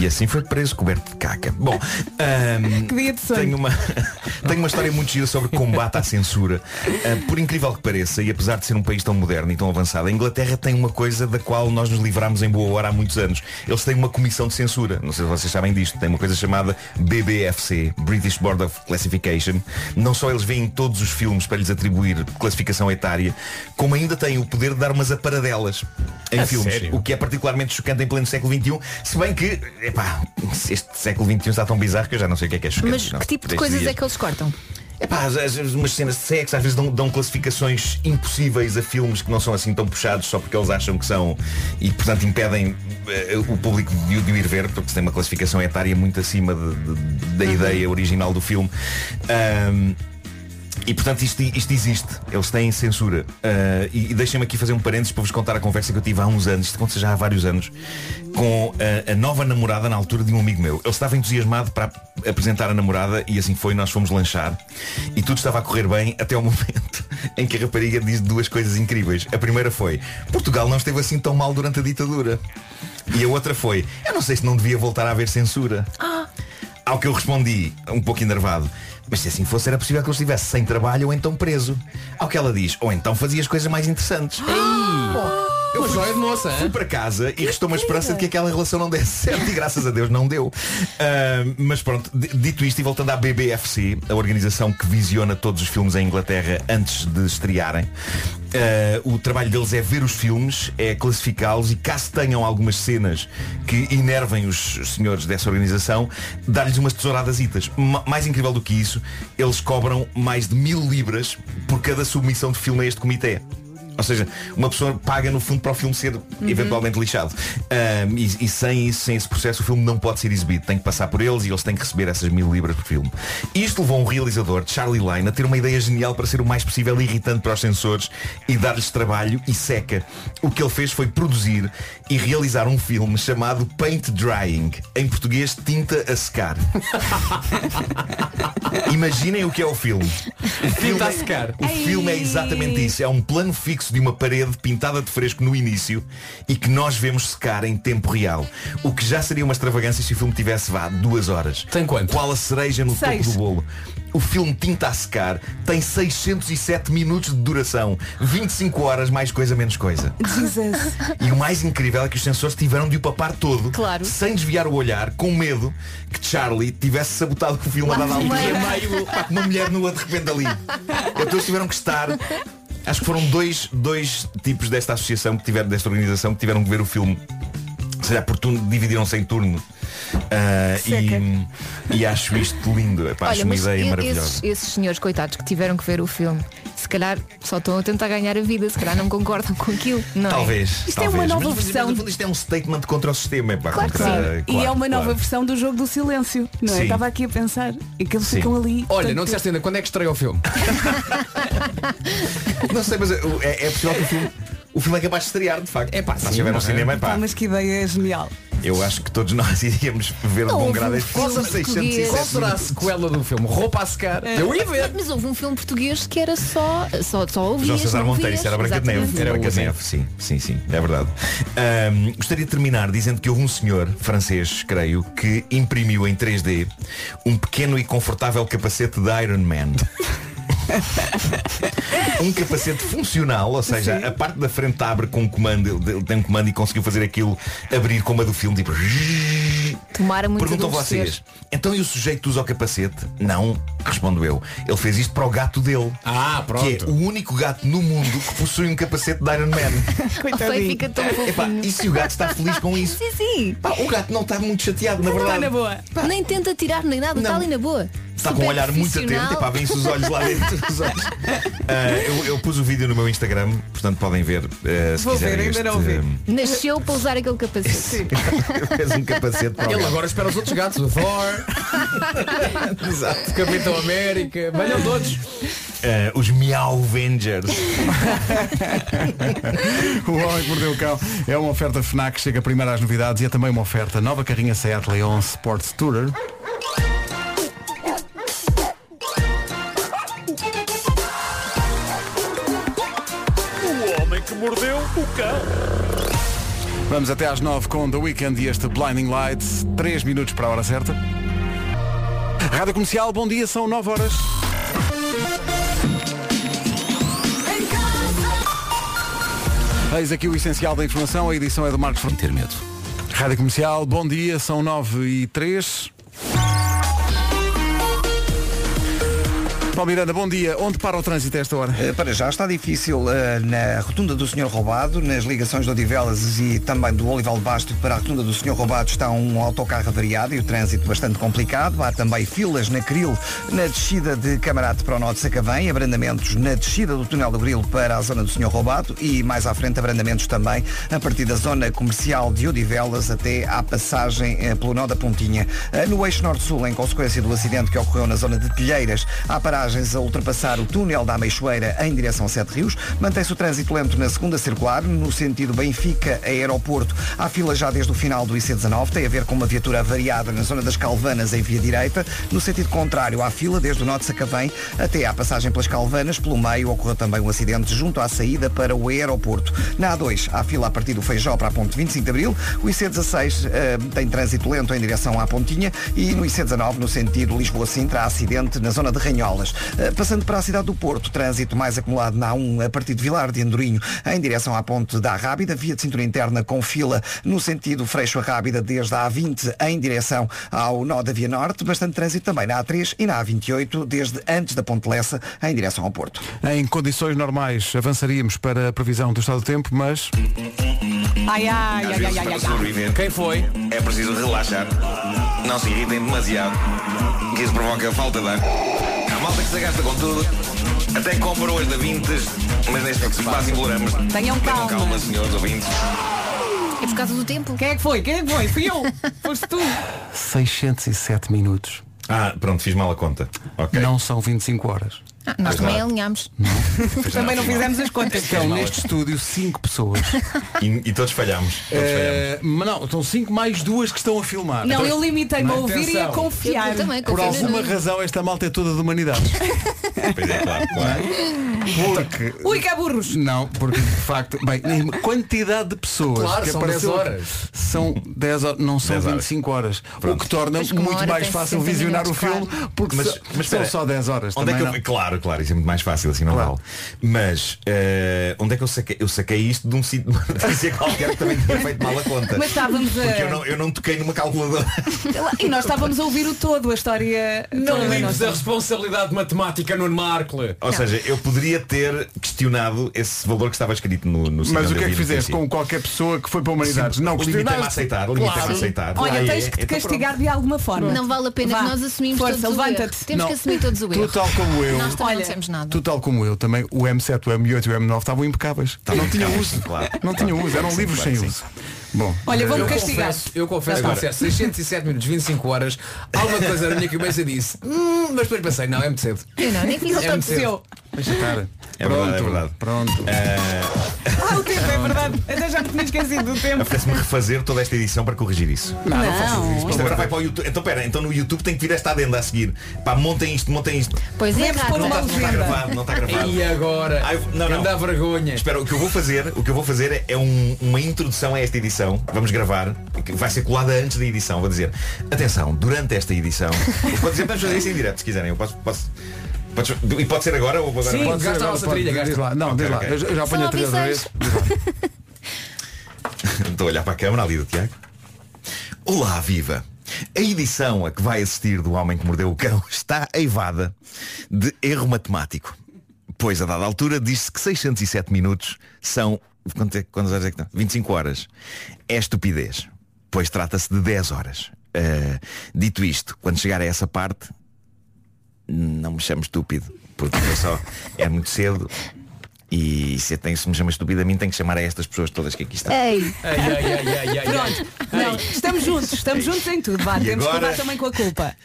L: E assim foi preso, coberto de caca. Bom, hum, ahm,
D: Que dia de sonho.
L: tenho uma, tenho uma história muito gira sobre combate à censura. Ah, por incrível que pareça, e apesar de ser um país tão moderno e tão avançado, a Inglaterra tem uma coisa da qual nós nos livramos em boa hora há muitos anos. Eles têm uma comissão de censura. Não sei se vocês sabem disto. Tem uma coisa chamada BBFC, British Board of Classification. Não só eles veem todos os filmes para lhes atribuir classificação etária, como ainda têm o poder de dar umas aparadelas em
F: A
L: filmes.
F: sério?
L: O que é particularmente chocante em pleno século XXI, se bem que, epá, este século XXI está tão bizarro que eu já não sei o que é que é chocante.
E: Mas
L: não,
E: que tipo de
L: destes
E: coisas
L: dias.
E: é que eles cortam?
L: Epá, às vezes umas cenas de sexo, às vezes dão, dão classificações impossíveis a filmes que não são assim tão puxados só porque eles acham que são e portanto impedem eh, o público de, o- de o ir ver, porque se tem uma classificação etária muito acima de- de-
E: Uhum.
L: da ideia original do filme. Ahm, e portanto isto, isto existe, eles têm censura. Ah, e e deixem-me aqui fazer um parênteses para vos contar a conversa que eu tive há uns anos, isto aconteceu já há vários anos, com ah, a nova namorada na altura de um amigo meu. Ele estava entusiasmado para ap- apresentar a namorada e assim foi, nós fomos lanchar e tudo estava a correr bem até ao momento em que a rapariga diz duas coisas incríveis. A primeira foi, Portugal não esteve assim tão mal durante a ditadura. E a outra foi, eu não sei se não devia voltar a haver censura. Ao Ao que eu respondi, um pouco enervado. Mas se assim fosse, era possível que ele estivesse sem trabalho ou então preso. Ao que ela diz, ou então fazia as coisas mais interessantes.
F: Eu fui, joia de moça,
L: fui para casa e restou uma esperança de que aquela relação não desse certo e graças a Deus não deu. Ah, mas pronto, d- dito isto e voltando à BBFC, a organização que visiona todos os filmes em Inglaterra antes de estrearem, ah, o trabalho deles é ver os filmes, é classificá-los e caso tenham algumas cenas que enervem os senhores dessa organização, dar-lhes umas tesouradas itas. Ma- Mais incrível do que isso, eles cobram mais de mil libras por cada submissão de filme a este comitê. Ou seja, uma pessoa paga no fundo para o filme ser eventualmente lixado. Ahm, e, e sem isso, sem esse processo, o filme não pode ser exibido. Tem que passar por eles e eles têm que receber essas mil libras por filme. Isto levou um realizador, Charlie Lane, a ter uma ideia genial para ser o mais possível irritante para os censores e dar-lhes trabalho e seca. O que ele fez foi produzir e realizar um filme chamado Paint Drying. Em português, tinta a secar. Imaginem o que é o filme. O filme,
F: a secar.
L: o filme é exatamente isso. É um plano fixo de uma parede pintada de fresco no início e que nós vemos secar em tempo real. O que já seria uma extravagância se o filme tivesse vá duas horas. Tem quanto? Qual a cereja no
F: Seis.
L: topo do bolo? O filme Tinta a Secar tem 607 minutos de duração, 25 horas mais coisa menos coisa.
D: Jesus.
L: E o mais incrível é que os sensores tiveram de o papar todo,
E: Claro.
L: sem desviar o olhar, com medo que Charlie tivesse sabotado o filme a
E: Lá
L: dada altura.
E: vai.
L: E a meio, pá, com uma mulher nua de repente ali. Então eles tiveram que estar. Acho que foram dois, dois tipos desta associação que tiveram, desta organização, que tiveram que ver o filme. Será por turno, dividiram-se em turno. Ah, e, e acho isto lindo. Epá, acho uma ideia
E: e-
L: maravilhosa.
E: esses, esses senhores coitados que tiveram que ver o filme, se calhar só estão a tentar ganhar a vida, se calhar não concordam com aquilo. Não é?
L: Talvez. talvez. Mas, mas, mas, no fundo, isto é um statement contra o sistema. Epá,
D: Claro que sim.
L: contra-
D: e é
L: claro,
D: uma nova
L: claro.
D: versão do jogo do silêncio. Não é?
L: Sim.
D: Estava aqui a pensar. E que eles
L: Sim.
D: ficam ali.
F: Olha,
D: tanto
F: não disseste ainda quando é que estreia o filme?
L: Não sei, mas é, é possível que o filme, o filme é capaz de estrear, de facto. É pá, se
F: sim,
L: estiver
F: não
L: no
F: é?
L: cinema, é
D: Pá,
L: pá.
D: mas que ideia genial.
L: Eu acho que todos nós iríamos ver de
E: Não,
L: bom
E: houve
L: grado
E: um
L: este filme.
E: filme português.
F: Qual será a sequela do filme? Roupa a secar.
A: é?
F: Eu ia ver.
E: Mas houve um filme português que era só, só, só ouvias,
L: João César
E: não
L: Monteiro,
E: vias.
L: isso era Branca de Neve.
E: Exatamente.
L: Era Branca de Neve, sim, sim, sim, é verdade. Ahm, gostaria de terminar dizendo que houve um senhor francês, creio, que imprimiu em 3D um pequeno e confortável capacete de Iron Man. um capacete funcional, ou seja, a parte da frente abre com um comando, ele- ele tem um comando e conseguiu fazer aquilo abrir como a do filme, tipo.
E: Tomara muito
L: Perguntam
E: adormecer.
L: vocês, então e o sujeito usa o capacete? Não, respondo eu. Ele fez isto para o gato dele.
F: Ah, pronto.
L: Que é o único gato no mundo que possui um capacete de Iron Man.
E: Ai, fica tão
L: Epá,
E: fofinho.
L: e se o gato está feliz com isso?
E: Sim, sim.
L: Pá, o gato não está muito chateado, na verdade.
D: boa.
E: Nem tenta tirar nem nada, está ali na boa.
L: Está com um
E: Super
L: olhar muito
E: profissional.
L: atento, epá, vêm-se os olhos lá dentro. os olhos. Ah, eu, eu pus o vídeo no meu Instagram, portanto podem ver ah, se
D: Vou ver,
L: quiserem
D: ainda
L: este,
D: não vi.
L: ah,
E: Nasceu para usar aquele capacete.
L: fez um capacete para o
F: Ele
L: gato.
F: agora espera os outros gatos. O Thor,
L: Exato.
F: o Capitão América. Venham todos.
L: Ah, os Meow Vengers.
A: O Homem que Mordeu o Cão é uma oferta FNAC, chega primeiro às novidades e é também uma oferta nova carrinha Seat Leon Sports Tourer. Vamos até às 9 com The Weekend e este Blinding Lights, 3 minutos para a hora certa. Rádio Comercial, bom dia, são 9 horas. Eis aqui o essencial da informação, a edição é do Marcos Fronteiro.
K: Ter medo.
A: Rádio Comercial, bom dia, são 9 e 3. Paulo Miranda, bom dia. Onde para o trânsito a esta hora?
C: Eh, Para já está difícil eh, na rotunda do Senhor Roubado, nas ligações de Odivelas e também do Olival de Basto para a rotunda do Senhor Roubado está um autocarro avariado e o trânsito bastante complicado. Há também filas na Cril, na descida de Camarate para o Nó de Sacavém, abrandamentos na descida do Túnel do Grilo para a zona do Senhor Roubado e mais à frente abrandamentos também a partir da zona comercial de Odivelas até à passagem eh, pelo Nó da Pontinha. Eh, No eixo Norte-Sul, em consequência do acidente que ocorreu na zona de Telheiras, há paragem paragens a ultrapassar o túnel da Ameixoeira em direção a Sete Rios. Mantém-se o trânsito lento na segunda circular, no sentido Benfica a aeroporto. Há fila já desde o final do IC19, tem a ver com uma viatura variada na zona das Calvanas em via direita. No sentido contrário, há fila desde o Norte de Sacavém até à passagem pelas Calvanas. Pelo meio ocorreu também um acidente junto à saída para o aeroporto. Na A2, há fila a partir do Feijó para a ponte 25 de Abril. O IC16 eh, tem trânsito lento em direção à Pontinha e no IC19, no sentido Lisboa-Sintra, há acidente na zona de Ranholas. Eh, passando para a cidade do Porto, trânsito mais acumulado na A1 a partir de Vilar de Andorinho em direção à ponte da Rábida, via de cintura interna com fila no sentido Freixo Rábida desde a A20 em direção ao nó da Via Norte, bastante trânsito também na A3 e na A28 desde antes da Ponte Lessa em direção ao Porto.
A: Em condições normais avançaríamos para a previsão do estado do tempo, mas.
D: Ai, ai,
L: Às
D: ai,
L: vezes,
D: ai,
L: um
D: ai,
L: para
D: ai.
L: sobreviver,
F: Quem foi?
L: é preciso relaxar. Não se irritem demasiado, que isso provoca falta de ar. A malta que se gasta com tudo, até compra hoje da Vintes, mas neste é quase embolamos.
D: Tenham calma.
L: calma, senhores ouvintes.
E: É por causa do tempo.
D: Quem é que foi? Quem é que foi? Fui eu. Foste tu.
A: 607 minutos.
L: Ah, pronto, fiz mal a conta. Ok.
A: Não são 25 horas.
E: Ah, nós
L: Pois
E: também
L: não.
E: alinhámos.
D: Também não fizemos as contas.
A: Estão Então, neste estúdio 5 pessoas.
L: E, e todos falhámos. Todos falhámos.
A: Eh, mas não, estão 5 mais duas que estão a filmar.
D: Não, eu limitei-me a ouvir e a
A: Atenção.
D: confiar.
E: Eu também
A: Por
E: confio no
A: alguma
E: Nuno.
A: razão esta malta é toda de humanidade.
L: Pois é, claro, claro.
A: Porque.
D: Ui, cá burros.
A: Não, porque de facto, bem, a quantidade de pessoas
F: Claro,
A: que
F: são
A: apareceu
F: 10 horas.
A: são 10 horas, não são
L: 10 horas.
A: 25 horas, o que torna
E: Mas com uma
A: muito
E: hora
A: mais
E: tem
A: fácil
E: 60
A: visionar o
E: minutos,
A: filme, porque
L: Mas-
A: só-
L: mas
A: são
L: espera,
A: só 10 horas.
L: Onde é
A: também
L: que eu-
A: não.
L: Claro, claro, isso é muito mais fácil, assim não
A: Claro.
L: vale. Mas eh, onde é que eu saquei? Eu saquei isto de um sítio de uma notícia qualquer que também tinha feito mal a conta.
D: Mas estávamos a-
L: Porque eu não, eu não toquei numa calculadora.
D: E nós estávamos a ouvir o todo, a história.
F: Não
D: toda é?
F: livres
D: nossa.
F: a responsabilidade matemática, Nuno Markle.
L: Ou seja, eu poderia ter questionado esse valor que estava escrito no, no sítio
A: Mas o
L: onde
A: que é
L: eu
A: que
L: vi a
A: fizeste
L: notícia.
A: com qualquer pessoa que foi para a humanidade?
L: Sim, é
A: Não,
L: limitei-me a
A: questionaste.
L: aceitar, limitei-me
A: Claro.
L: a aceitar.
D: Olha,
L: Ah,
D: tens
L: é,
D: que te
L: então pronto.
D: castigar de alguma forma.
E: Não vale a pena,
D: Vá.
E: nós assumimos
D: Força,
E: todos o erro.
D: levanta-te.
E: Temos
A: Não.
E: que assumir todos o
A: Tu tá-
E: erro.
A: tal como eu,
E: Nós também
D: Olha,
E: não dissemos nada.
A: tu tal como eu também, o M7, o M8 e o M9 estavam impecáveis. não tinha
L: impecáveis,
A: uso.
L: claro.
A: Não tinha uso, eram
L: Sim,
A: livros
L: claro,
A: sem
L: sim.
A: uso. Bom,
D: Olha, vou-me
A: eh,
D: castigar.
F: Confesso, eu confesso que "É
L: Agora.
F: confesso, 607 minutos, 25 horas, alguma coisa na minha cabeça disse, "Hum", mas depois pensei, não, é muito cedo.
E: Eu não, nem fiz
F: É muito cedo.
D: Aconteceu.
A: deixa estar.
L: É
A: pronto,
L: verdade, é verdade.
A: pronto.
D: Ah, o tempo, é verdade. Até já me tinha esquecido do tempo.
L: Apetece-me refazer toda esta edição para corrigir isso.
A: Não, não faças isso.
L: Isto agora vai para o YouTube. Então pera, então no YouTube tem que vir esta adenda a seguir. Pá, montem isto, montem isto.
E: Pois é,
D: Vamos pôr
E: Rafa.
L: Não está, não está
D: Legenda.
L: gravado, não está gravado.
F: E agora?
L: Ai, não, não.
F: Não dá vergonha.
L: Espera, o que eu vou fazer, o que eu vou fazer é um- uma introdução a esta edição. Vamos gravar, que vai ser colada antes da edição. Vou dizer, atenção, durante esta edição. Eu posso dizer, vamos fazer isso em direto, se quiserem. Eu posso, posso, podes- e pode ser agora ou agora?
F: Sim.
L: Pode.
A: Pode ser,
F: Gasta a
A: agora
F: nossa
A: pode.
F: trilha,
A: Diz
F: gasta.
A: lá. Não,
L: Ok,
A: diz lá.
L: ok.
A: Eu eu já ponho
E: Só
A: a trilha outra vez.
E: avisas.
L: Estou a olhar para a câmera ali do Tiago. Olá, viva! A edição a que vai assistir do Homem que Mordeu o Cão está aivada de erro matemático. Pois, a dada altura, diz-se que 607 minutos são... Quanto é, quantas horas é que estão? 25 horas. É estupidez. Pois trata-se de 10 horas. Ah, dito isto, quando chegar a essa parte, não me chame estúpido, porque eu só é muito cedo. E se, eu tenho, se me chama estúpido a mim, tenho que chamar a estas pessoas todas que aqui estão.
E: Ei,
F: Ai, ai, ai, ai, ai, ai.
D: Não, estamos juntos, estamos juntos em tudo. Vá,
L: E
D: temos que
L: agora?
D: levar também com a culpa.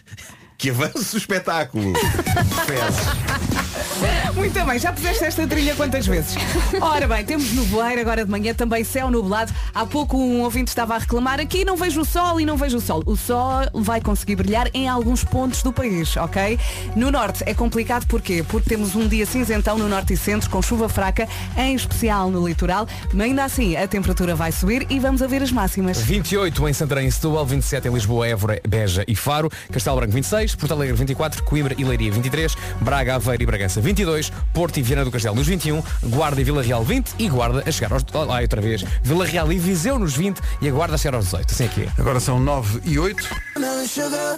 L: Que avance o espetáculo! Fezes.
D: Muito bem, já puseste esta trilha quantas vezes? Ora bem, temos nevoeiro agora de manhã, também céu nublado. Há pouco um ouvinte estava a reclamar aqui, não vejo o sol e não vejo o sol. O sol vai conseguir brilhar em alguns pontos do país, ok? No norte é complicado porquê? Porque temos um dia cinzentão no norte e centro, com chuva fraca, em especial no litoral, mas ainda assim a temperatura vai subir e vamos a ver as máximas.
F: 28 em Santarém e Setúbal, 27 em Lisboa, Évora, Beja e Faro, Castelo Branco 26, Porto Alegre 24, Coimbra e Leiria 23, Braga, Aveiro e Bragança 22, Porto e Viana do Castelo nos 21, Guarda e Vila Real 20 e Guarda a chegar aos... Ai, outra vez. Vila Real e Viseu nos 20 e a Guarda a chegar aos 18. Assim é que é.
A: Agora são 9 e 8.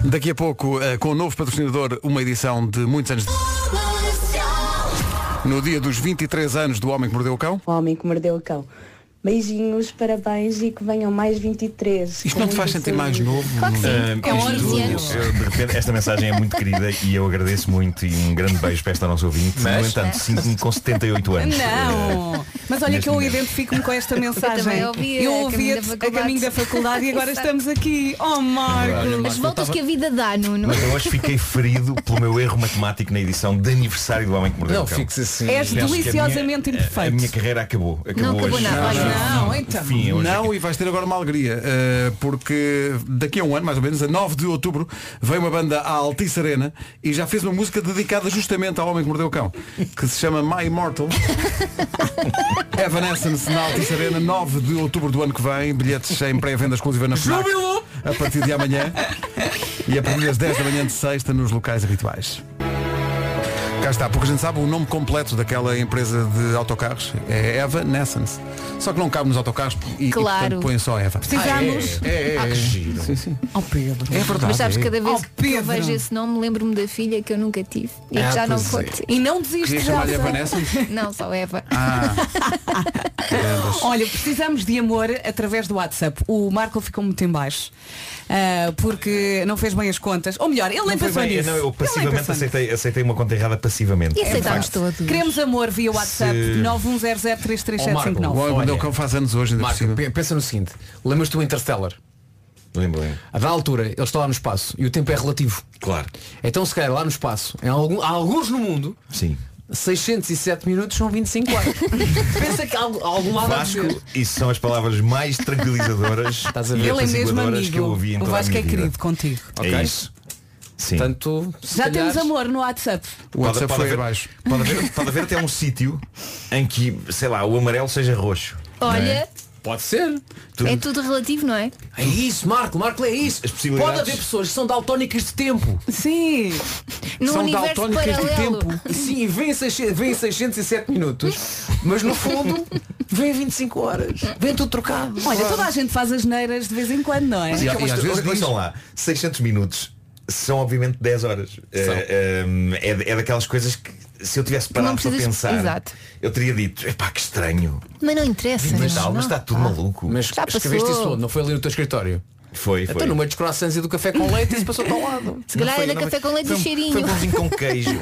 A: Daqui a pouco, eh, com o novo patrocinador, uma edição de muitos anos. No dia dos 23 anos do Homem que Mordeu o Cão.
M: O Homem que Mordeu o Cão.
N: Beijinhos, parabéns e que venham mais 23.
O: Isto não te faz sentir mais novo? Claro que sim.
L: Ah,
O: É um
L: isto-
O: orgulho. anos.
L: eu, de repente, esta mensagem é muito querida e eu agradeço muito e um grande beijo para esta nossa ouvinte.
F: Mas-
L: no entanto, sinto-me com 78 anos.
D: Não! Mas olha que eu identifico-me com esta mensagem.
E: também ouvi a
D: eu
E: caminho da
D: ouvi-te a
E: faculdade.
D: caminho da faculdade e agora
E: Exato.
D: estamos aqui. Oh Marco!
L: Olha, Marco,
E: As voltas
L: eu tava-
E: que a vida dá, Nuno.
L: Mas eu hoje fiquei ferido pelo meu erro matemático na edição de aniversário do Homem que Mordeu
F: Não,
L: o Cão.
F: fique-se assim.
D: És
L: Penso que a
D: deliciosamente
L: minha-
D: imperfeito.
L: A minha carreira acabou. Acabou
D: Não acabou
L: hoje.
D: nada. Olha, não, então.
L: Enfim, hoje
A: não, e vais ter agora uma alegria, eh, porque daqui a um ano, mais ou menos, a 9 de outubro, vem uma banda à Altice Arena e já fez uma música dedicada justamente ao homem que mordeu o cão, que se chama My Immortal. Evanescence na Altice Arena, 9 de outubro do ano que vem, bilhetes em pré-venda exclusiva na FNAC, a partir de amanhã e a partir das 10 da manhã de sexta nos locais habituais. Cá está, porque a gente sabe o nome completo daquela empresa de autocarros, é Eva Nessence. Só que não cabe nos autocarros e, e,
E: Claro.
A: portanto, põem só Eva.
E: Precisamos.
A: Ah, é, é, é,
E: Ah, que
A: é.
E: giro.
A: Sim, sim.
D: Ao Pedro.
A: É verdade.
E: Mas sabes,
A: é.
E: cada vez que eu
D: Pedro.
E: vejo esse nome, lembro-me da filha que eu nunca tive e
A: Ah,
E: que já não
A: pois
E: vou
A: é.
E: ter. E
D: não
A: Querias chamar-lhe Eva Nessence?
E: Não, só Eva.
A: Ah,
D: Olha, precisamos de amor através do WhatsApp. O Marco ficou muito em baixo. ah, porque não fez bem as contas. Ou melhor, ele nem
L: Não foi
D: pensou
L: bem,
D: nisso.
L: não,
D: é Ele
L: eu
D: nem
L: passivamente
D: pensou nisso.
L: aceitei, aceitei uma conta errada passivamente.
D: É verdade. Queremos amor via WhatsApp
F: Se-
D: 910033759.
F: olha,
A: faz anos hoje, ainda
F: Marco, pe- pensa no seguinte, lembras-te do Interstellar?
L: Lembro, lembro.
F: Da altura, eles estão lá no espaço e o tempo é relativo.
L: Claro.
F: Então se calhar lá no espaço, em algum- há alguns no mundo,
L: Sim.
F: 607 minutos são 25 anos. Pensa que há algo- algum lado há de
L: Vasco,
F: ser.
L: isso são as palavras mais tranquilizadoras
F: Estás a ver?
L: e
F: Ele é mesmo
L: apaziguadoras que eu
F: amigo.
L: ouvi em
F: O
L: toda a
F: Vasco
L: minha
F: é
L: vida.
F: querido
D: contigo.
F: Ok.
L: É isso. Sim.
F: Portanto,
D: Já temos amor no WhatsApp.
L: O
A: WhatsApp foi abaixo.
L: Pode haver, pode haver até um sítio em que, sei lá, o amarelo seja roxo. não
E: Olha,
L: é?
F: Pode ser.
E: é tudo relativo, não é?
F: É isso, Marco, Marco, é isso.
L: possibilidades-
F: Pode haver pessoas que são daltónicas de tempo.
D: Sim.
E: Num São universo daltónicas de paralelo. tempo.
F: Sim, vêm 600 vêm 607 minutos, mas no fundo vêm 25 horas. Vem tudo trocado.
D: Olha, toda a gente faz as neiras de vez em quando, não é?
L: E, e às vezes vejam lá, 600 minutos são obviamente 10 horas. É, é, é daquelas coisas que se eu tivesse
E: não
L: parado para
E: precisas-
L: pensar,
E: Exato.
L: eu teria dito, epá, que estranho.
E: Mas não interessa.
L: Mas,
E: não. Ah.
L: tal, mas está tudo maluco.
F: Mas
E: Já passou.
F: escreveste isso onde? Não foi ali no teu escritório?
L: Foi, foi.
F: Então no meio dos croissants e do café com leite isso passou para o lado.
E: Se calhar
F: Não foi,
E: era
F: não,
E: café
F: mas-
E: com leite
F: foi
E: e
F: um-
E: cheirinho.
F: foi um pãozinho
L: com queijo.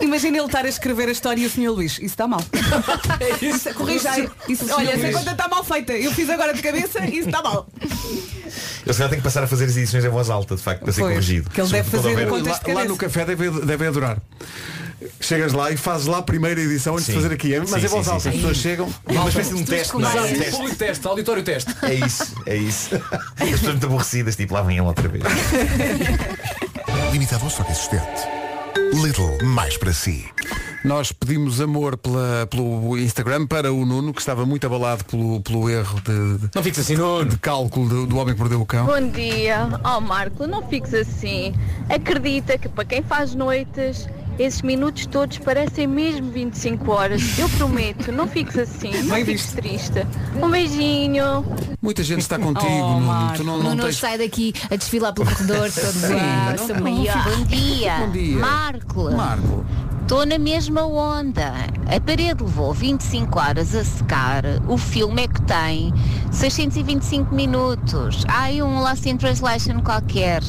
D: Imagina ele estar a escrever a história e o Sr. Luís. Isso está mal. Isso, corrija aí. Isso, é
P: Isso,
D: olha,
P: Sr.
D: essa
P: Luís.
D: conta está mal feita. Eu fiz agora de cabeça e isso está mal.
L: Eu se calhar tenho que passar a fazer as edições em voz alta, de facto, para ser
A: Pois,
L: corrigido.
A: que ele deve
L: Sobretudo
A: fazer
L: quando
A: o
L: houver-
A: contexto Lá- lá no café deve, deve adorar. Chegas lá e fazes lá a primeira edição antes
L: Sim.
A: de fazer aqui. É- Mas
L: Sim,
A: é voz
L: sim,
A: alta,
L: sim,
A: as
L: sim.
A: pessoas chegam.
L: É uma espécie de um teste, não é? Um
F: Exato,
L: teste.
F: público teste, auditório teste.
L: É isso, é isso. As pessoas muito aborrecidas, tipo, lá vem ele outra vez.
Q: Limitado ao estoque existente. é Little mais para si.
A: Nós pedimos amor pela- pelo Instagram para o Nuno, que estava muito abalado pelo, pelo erro de, de-
F: de
A: cálculo do, do homem que mordeu o cão.
R: Bom dia, oh Marco, não fiques assim. Acredita que para quem faz noites, esses minutos todos parecem mesmo 25 horas. Eu prometo, não fiques assim, não
A: Bem
R: fiques triste. Um beijinho.
A: Muita gente está contigo, Nuno. Tu não, não
E: Nuno
A: tens.
E: sai daqui a desfilar pelo corredor todo.
A: Sim.
E: Ah,
A: Não,
E: sou
A: não,
E: maior.
G: Bom dia.
A: Bom dia.
G: Marco.
A: Marco.
G: Estou na mesma onda. A parede levou 25 horas a secar. O filme é que tem 625 minutos. Há aí um Lost in Translation qualquer.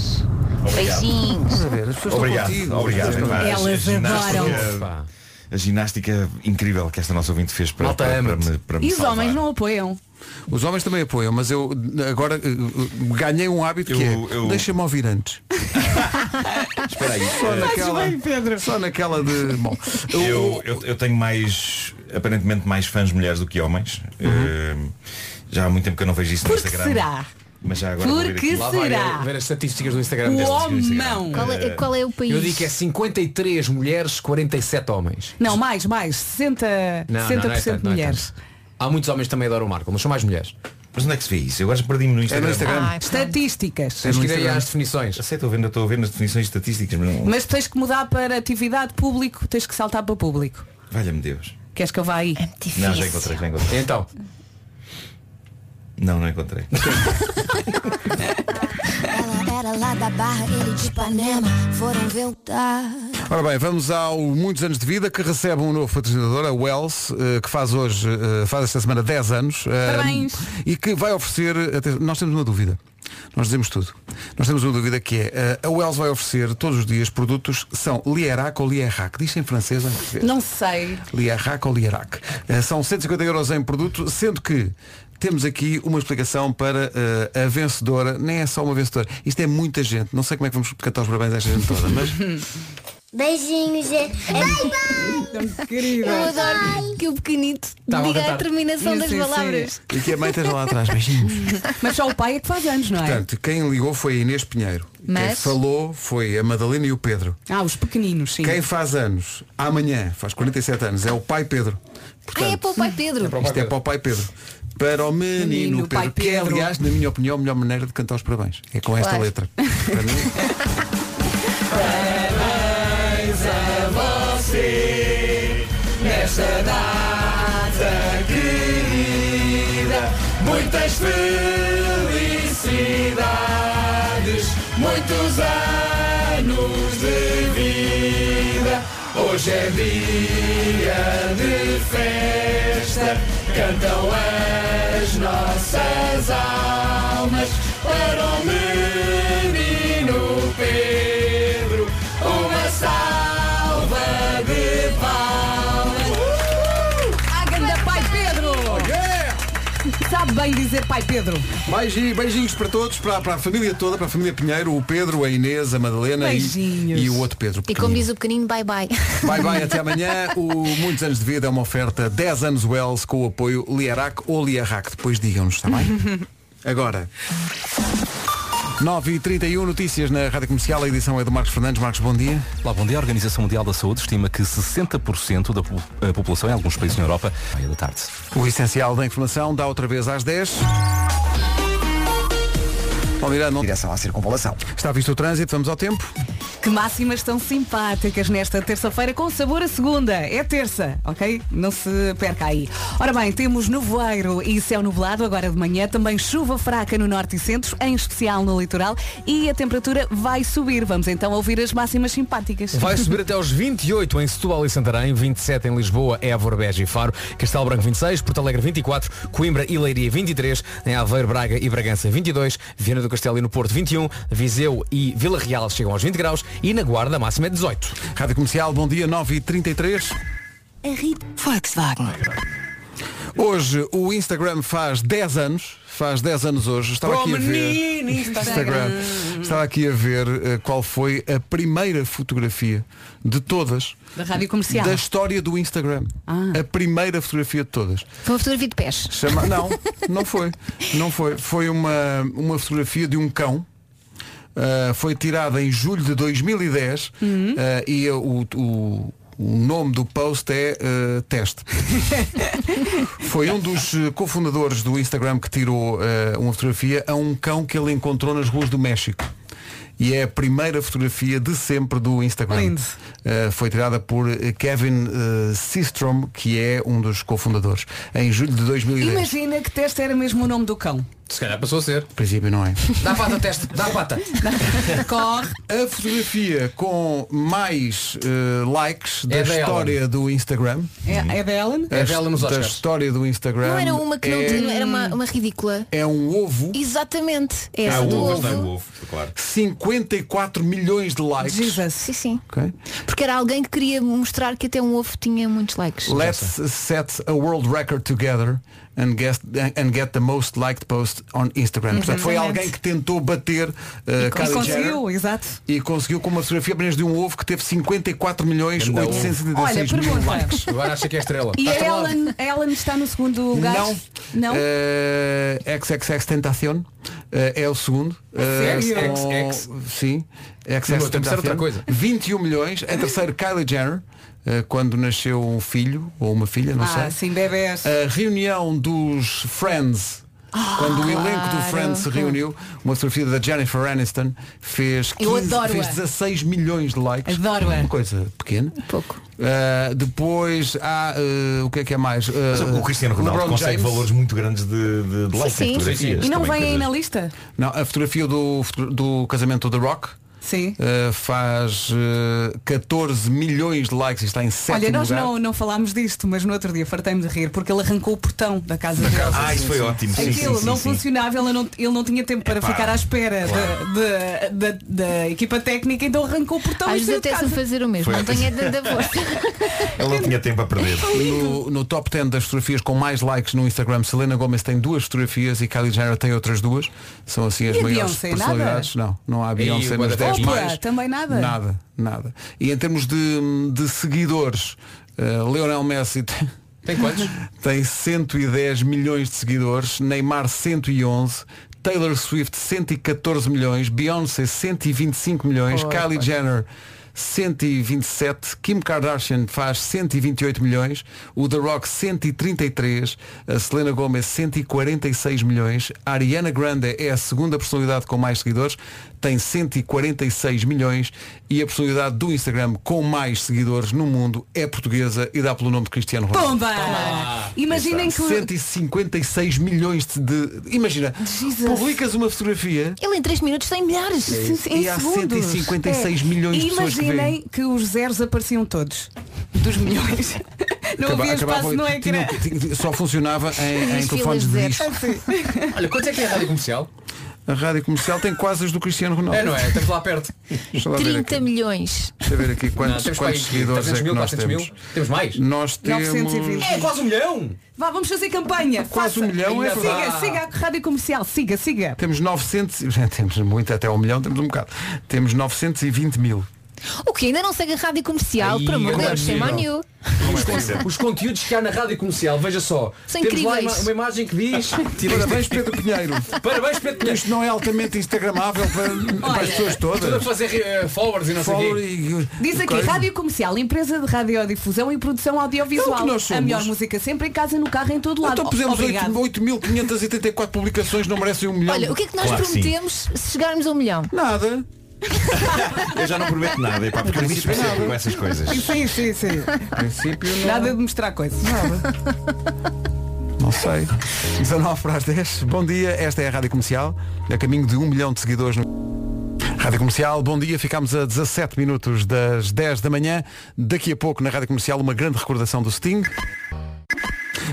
G: Beijinhos.
A: Estás a ver? As pessoas
L: Obrigado,
A: estão contigo.
L: obrigado.
A: Estão-
L: pá. A
G: Elas
L: ginástica-
G: adoram-te.
L: pá. A ginástica incrível que esta nossa ouvinte fez para,
A: Malta,
L: para, para
A: ama-te.
L: me, para me
D: E os
L: salvar.
D: homens não apoiam.
A: Os homens também apoiam, mas eu eh, agora eh, ganhei um hábito que é deixa-me ouvir antes.
L: Espera aí.
A: Só
L: eh,
A: naquela, só naquela de. Bom,
L: Eu, eu, eu tenho mais, aparentemente mais fãs mulheres do que homens. Eh, já há muito tempo que eu não vejo isso no
D: Por que
L: Instagram.
D: Uhum. será?
L: Mas já agora vou ver
D: Porque
L: aqui.
D: Lá vai será? eu
F: é ver as estatísticas do Instagram.
D: O
F: deste-
D: homão.
E: Qual é, qual é o país?
F: Eu digo que é 53 mulheres, 47 homens.
D: Não, mais, mais. 60%,
F: é? Não, não, não é
D: 60%
F: tanto, não é
D: mulheres.
F: Há muitos homens que também adoram o Marco, mas são mais mulheres.
L: Mas onde é que se vê isso? Eu agora perdi-me no Instagram.
D: Ah, Estatísticas.
L: Tens que ir aí
F: às definições.
L: Eu sei, estou a ver, eu estou a ver nas definições estatísticas, mas não.
D: Mas tens que mudar para atividade público, tens que saltar para público.
L: Valha-me Deus.
D: Queres que eu vá aí?
L: Não, já encontrei, já encontrei.
F: Então.
L: Não, não encontrei.
G: Ela era lá da barra, ele de Ipanema. Foram ver o tar.
A: Ora bem, vamos ao Muitos Anos de Vida, que recebe um novo patrocinador, a Wells, eh, que faz hoje, eh, faz esta semana 10 anos. eh,
D: Parabéns.
A: E que vai oferecer, aten- nós temos uma dúvida, nós dizemos tudo. Nós temos uma dúvida que é, eh, a Wells vai oferecer todos os dias produtos, são Lierac ou Lierac? Diz em francês, vamos ver.
D: Não sei.
A: Lierac ou Lierac. Eh, São 150 euros em produto, sendo que temos aqui uma explicação para eh, a vencedora. Nem é só uma vencedora. Isto é muita gente. Não sei como é que vamos cantar os parabéns a esta gente toda, mas
G: Beijinhos, é. Bye bye!
D: Querida.
E: Eu adoro que o pequenito
D: Tá
A: Estavam a
E: diga a,
A: cantar.
E: terminação
D: Sim,
E: das
D: sim,
E: palavras.
A: e que a mãe esteja lá atrás. Beijinhos.
D: Mas só o pai é que faz anos, não
E: Ah,
D: é?
A: Portanto, quem ligou foi a Inês Pinheiro. Quem
D: Mas?
A: falou foi a Madalena e o Pedro.
D: Ah, os pequeninos, sim.
A: Quem faz anos, amanhã, faz 47 anos, é o pai Pedro.
E: Ah, é para o pai Pedro.
A: Isto é para o pai Pedro. Para o menino,
E: Menino,
A: Pedro,
E: pai
A: que é,
E: Pedro.
A: aliás, na minha opinião, a melhor maneira de cantar os parabéns. É com esta
E: Claro.
A: letra. Para mim,
G: Parabéns a você nesta data querida. Muitas felicidades, muitos anos de vida. Hoje é dia de festa, cantam as nossas almas para o menino Pedro. Uma salva de palmas.
D: Ah, ganda pai Pedro! Sabe bem dizer pai Pedro.
A: Beijinho- Beijinhos para todos, para, para a família toda, para a família Pinheiro, o Pedro, a Inês, a Madalena e,
E: Beijinhos.
A: e o outro Pedro.
E: E como diz o pequenino, bye bye.
A: Bye bye, até amanhã. O Muitos Anos de Vida é uma oferta 10 anos Wells com o apoio Liarac ou Liarac. Depois digam-nos, está bem? Agora. 9h31, notícias na Rádio Comercial. A edição é do Marcos Fernandes. Marcos, bom dia.
K: Olá, bom dia. A Organização Mundial da Saúde estima que 60% da po- eh, população em alguns países na Europa. Meia da tarde.
A: O essencial da informação dá outra vez às 10. Bom, Miranda,
C: direção à circunvalação.
A: Está visto o trânsito, vamos ao tempo.
D: Que máximas tão simpáticas nesta terça-feira, com sabor a segunda. É terça, ok? Não se perca aí. Ora bem, temos nevoeiro e céu nublado agora de manhã, também chuva fraca no norte e centro, em especial no litoral, e a temperatura vai subir. Vamos então ouvir as máximas simpáticas.
F: Vai subir até aos 28 em Setúbal e Santarém, 27 em Lisboa, Évora, Beja e Faro, Castelo Branco 26, Porto Alegre 24, Coimbra e Leiria 23, em Aveiro, Braga e Bragança 22, Viana do Castelo e no Porto 21, Viseu e Vila Real chegam aos 20 graus e na Guarda a máxima é 18.
A: Rádio Comercial, bom dia, 9h33.
G: Volkswagen.
A: Hoje o Instagram faz 10 anos. Faz 10 anos hoje. Estava
G: Oh,
A: aqui a ver.
G: menino, Instagram.
A: Instagram. Estava aqui a ver eh, qual foi a primeira fotografia de todas.
D: Da rádio comercial.
A: Da história do Instagram. A primeira fotografia de todas.
E: Foi uma fotografia de pés.
A: Chama- Não, não foi. Não foi. Foi uma, uma fotografia de um cão. Uh, foi tirada em julho de 2010 uh, e o, o- o nome do post é uh, teste. foi um dos uh, cofundadores do Instagram que tirou uh, uma fotografia a um cão que ele encontrou nas ruas do México. E é a primeira fotografia de sempre do Instagram. Uh, foi tirada por uh, Kevin uh, Systrom, que é um dos cofundadores, em julho de 2010.
D: Imagina que teste era mesmo o nome do cão.
F: Se calhar passou a ser.
A: princípio não é.
F: Dá pata, teste, dá pata.
D: Corre.
A: A fotografia com mais eh, likes da
D: É da
A: história do Instagram.
D: É, é da Ellen?
A: A his- Da história do Instagram.
E: Não era uma que não
A: é-
E: tinha, era uma, uma ridícula.
A: É um ovo.
E: Exatamente. É Essa do ovo.
L: ovo, claro.
A: 54 milhões de likes.
E: Sim, sim.
A: Ok.
E: Porque era alguém que queria mostrar que até um ovo tinha muitos likes.
A: Let's set a world record together and, guess, and get the most liked post on Instagram. Portanto, foi
D: Exatamente.
A: alguém que tentou bater uh, Kylie
D: E
A: Jenner
D: conseguiu, exato.
A: e conseguiu com uma fotografia apenas de um ovo que teve 54 milhões
F: Ganda ovo.
A: 876
D: Olha,
A: mil
D: pergunta.
A: likes.
F: Agora acha que é estrela.
D: E a
F: Está estrelado.
D: Ellen, a Ellen está no segundo lugar?
A: Não. É
D: Não?
A: Eh, XXX Tentacion eh, é o segundo. Eh,
F: XXX.
A: com- Sim.
F: No
A: XXX
F: terceiro, outra
A: Tentacion.
F: coisa.
A: 21 milhões. Em terceiro, Kylie Jenner. eh, Quando nasceu um filho ou uma filha, não
D: ah,
A: sei.
D: sim, bebés.
A: A reunião dos Friends Quando o elenco do
E: claro.
A: Friends se reuniu, uma fotografia da Jennifer Aniston fez,
E: Eu
A: 15
E: adoro-a.
A: fez 16 milhões de likes.
D: Adoro-a.
A: Uma coisa pequena. Pouco. depois há eh, o que é que é mais? Eh,
K: Mas o Cristiano Ronaldo
A: LeBron
K: consegue
A: James.
K: valores muito grandes de, de, de likes em fotografias.
D: E não
K: Também
D: vem aí
K: coisas-
D: na lista?
A: Não, a fotografia do, do casamento do The Rock
D: Sim.
A: eh, faz eh, 14 milhões de likes e está em sétimo
D: Olha, nós
A: lugar.
D: não, não falámos disto, mas no outro dia fartei-me de rir porque ele arrancou o portão da casa
A: Da
D: dele.
A: casa,
K: Ah, isso foi ótimo. Sim,
D: Aquilo
K: sim, sim,
D: não
K: sim.
D: funcionava, ele não, ele não tinha tempo para
K: Epá,
D: ficar à espera
K: claro.
D: da- da, da- da equipa técnica, então arrancou o portão e
E: Às vezes
D: saiu de
E: até se
D: casa.
E: fazer o mesmo.
A: Foi.
E: Não tenho é tanta força.
K: Ele não tinha tempo a perder.
A: No, no top 10 das fotografias com mais likes no Instagram, Selena Gomez tem duas fotografias e Kylie Jenner tem outras duas. São assim as
D: E a
A: maiores
D: Beyoncé,
A: personalidades.
D: nada?
A: Não, não há
D: E
A: Beyoncé
D: o
A: nas 10
D: Oprah,
A: mais.
D: também nada?
A: Nada, nada. E em termos de, de seguidores, eh, Lionel Messi tem...
F: Tem quantos?
A: Tem 110 milhões de seguidores, Neymar 111, Taylor Swift 114 milhões, Beyoncé 125 milhões,
F: Oi,
A: Kylie
F: pá.
A: Jenner 127, Kim Kardashian faz 128 milhões, o The Rock 133, a Selena Gomez 146 milhões, a Ariana Grande é a segunda personalidade com mais seguidores, tem 146 milhões e a personalidade do Instagram com mais seguidores no mundo é portuguesa e dá pelo nome de Cristiano Ronaldo.
D: Pomba! Imaginem que.
A: 156 milhões de, de- imagina,
E: Jesus.
A: publicas uma fotografia
E: Ele em 3 minutos tem milhares.
A: É isso.
E: Em
A: E há
E: segundos.
A: 156 milhões de
D: e
A: pessoas que
D: imaginem que, os zeros apareciam todos. Dos milhões. Não
A: Acaba-
D: havia
A: acabava-
D: espaço no ecrã.
A: tinha- um tinha- só funcionava em, em
D: Nas
A: telefones de
D: filas
A: disco.
F: Olha, quanto é que tem a rádio comercial?
A: A rádio comercial tem quase as do Cristiano Ronaldo.
F: É, não é? Estamos lá perto.
A: Deixa lá ver aqui,
E: 30 milhões.
A: deixa eu ver aqui
F: Não,
A: quantos, quantos
F: temos para aí
A: seguidores
F: 300
A: é que
F: mil,
A: nós
F: 400
A: temos.
F: mil? Temos mais?
A: Nós temos.
D: 920.
F: É quase um milhão!
D: Vá, vamos fazer campanha.
A: Quase um
D: Faça.
A: milhão, é
D: Siga,
A: verdade.
D: siga a rádio comercial, siga, siga.
A: Temos 900. e- Já temos muito, até um milhão, temos um bocado. Temos 920 mil.
E: O que ainda não segue a rádio comercial, por amor de
F: como é
E: Deus, sem
F: possível?
E: new.
F: Os con- Os conteúdos que há na rádio comercial, veja só.
E: São
F: Temos lá
E: incríveis.
F: uma, uma imagem que diz. Tira
A: Parabéns, Pedro Pinheiro.
F: Parabéns, Pedro Pinheiro.
A: Isto não é altamente Instagramável para, para as pessoas
F: Tudo a
A: todas.
F: fazer eh, forwards e não sei
A: Follow
F: o quê.
A: e-
D: Diz aqui,
A: coisa.
D: Rádio Comercial, empresa de radiodifusão e produção
A: É o que
D: audiovisual.
A: nós somos.
D: A melhor música sempre em casa, no carro, em todo lado.
A: Então pusemos
D: Obrigado.
A: 8 8.584 publicações, não merecem um milhão.
E: Olha, o que é que nós
K: Claro que sim.
E: prometemos se chegarmos a um milhão?
A: Nada.
K: Eu já não prometo
L: é
K: nada, epá, porque eu não me percebo com essas coisas.
D: Sim, sim, sim.
A: princípio não.
D: Nada de mostrar coisas.
A: Não sei. 19 para as 10. Bom dia, esta é a Rádio Comercial, a caminho de um milhão de seguidores no. Rádio Comercial, bom dia, ficámos a 17 minutos das 10 da manhã. Daqui a pouco na Rádio Comercial uma grande recordação do Sting.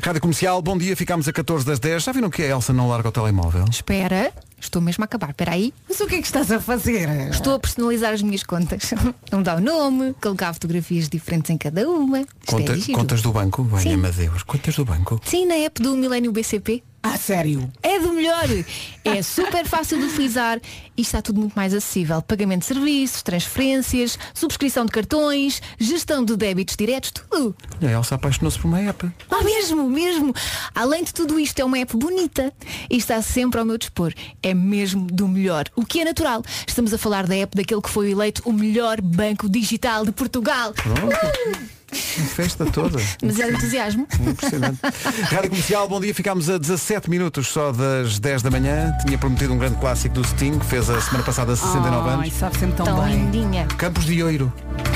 A: Rádio Comercial, bom dia, ficámos a 14 das 10. Já viram que é a Elsa não larga o telemóvel?
E: Espera, estou mesmo a acabar, espera aí.
D: Mas o que é que estás a fazer?
E: Estou a personalizar as minhas contas. A mudar o nome, colocar fotografias diferentes em cada uma. Isto
A: Conta-
E: é giro.
A: contas do banco?
E: Sim.
A: Venha-me Deus, contas do banco.
E: Sim, na app do Milênio BCP.
D: Ah, sério?
E: É do melhor. É super fácil de utilizar e está tudo muito mais acessível. Pagamento de serviços, transferências, subscrição de cartões, gestão de débitos diretos, tudo.
A: Olha, A Elsa apaixonou-se por uma app.
E: Ah, mesmo, mesmo. Além de tudo isto, é uma app bonita e está sempre ao meu dispor. É mesmo do melhor, o que é natural. Estamos a falar da app daquele que foi eleito o melhor banco digital de Portugal.
A: Pronto. Festa toda.
E: Mas é entusiasmo.
A: Impressionante. Rádio Comercial, bom dia. Ficámos a 17 minutos só das 10 da manhã. Tinha prometido um grande clássico do Sting, que fez a semana passada 69
D: Ai,
A: anos.
D: sabe sempre tão,
E: Tão
D: bem.
E: lindinha.
A: Campos de Oiro.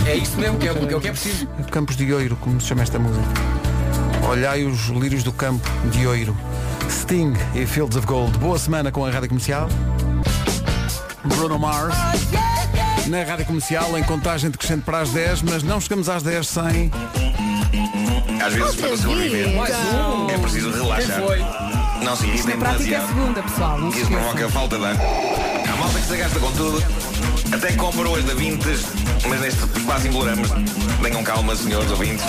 F: É isso mesmo que é, o que é o que é preciso.
A: Campos de Oiro, como se chama esta música. Olhai os lírios do campo de Oiro. Sting e Fields of Gold. Boa semana com a Rádio Comercial. Bruno Mars. Na Rádio Comercial, em contagem decrescente para as 10, mas não chegamos às 10 sem...
L: Às vezes, para sobreviver, é preciso relaxar. Não se irritem
D: Na prática é
L: demasiado.
D: segunda, pessoal. Não se
L: Isso
D: esqueçam.
L: provoca falta de ar. Há malta que se gasta com tudo. Até compra hoje da Vintes, mas neste espaço imploramos. Tenham calma, senhores ouvintes.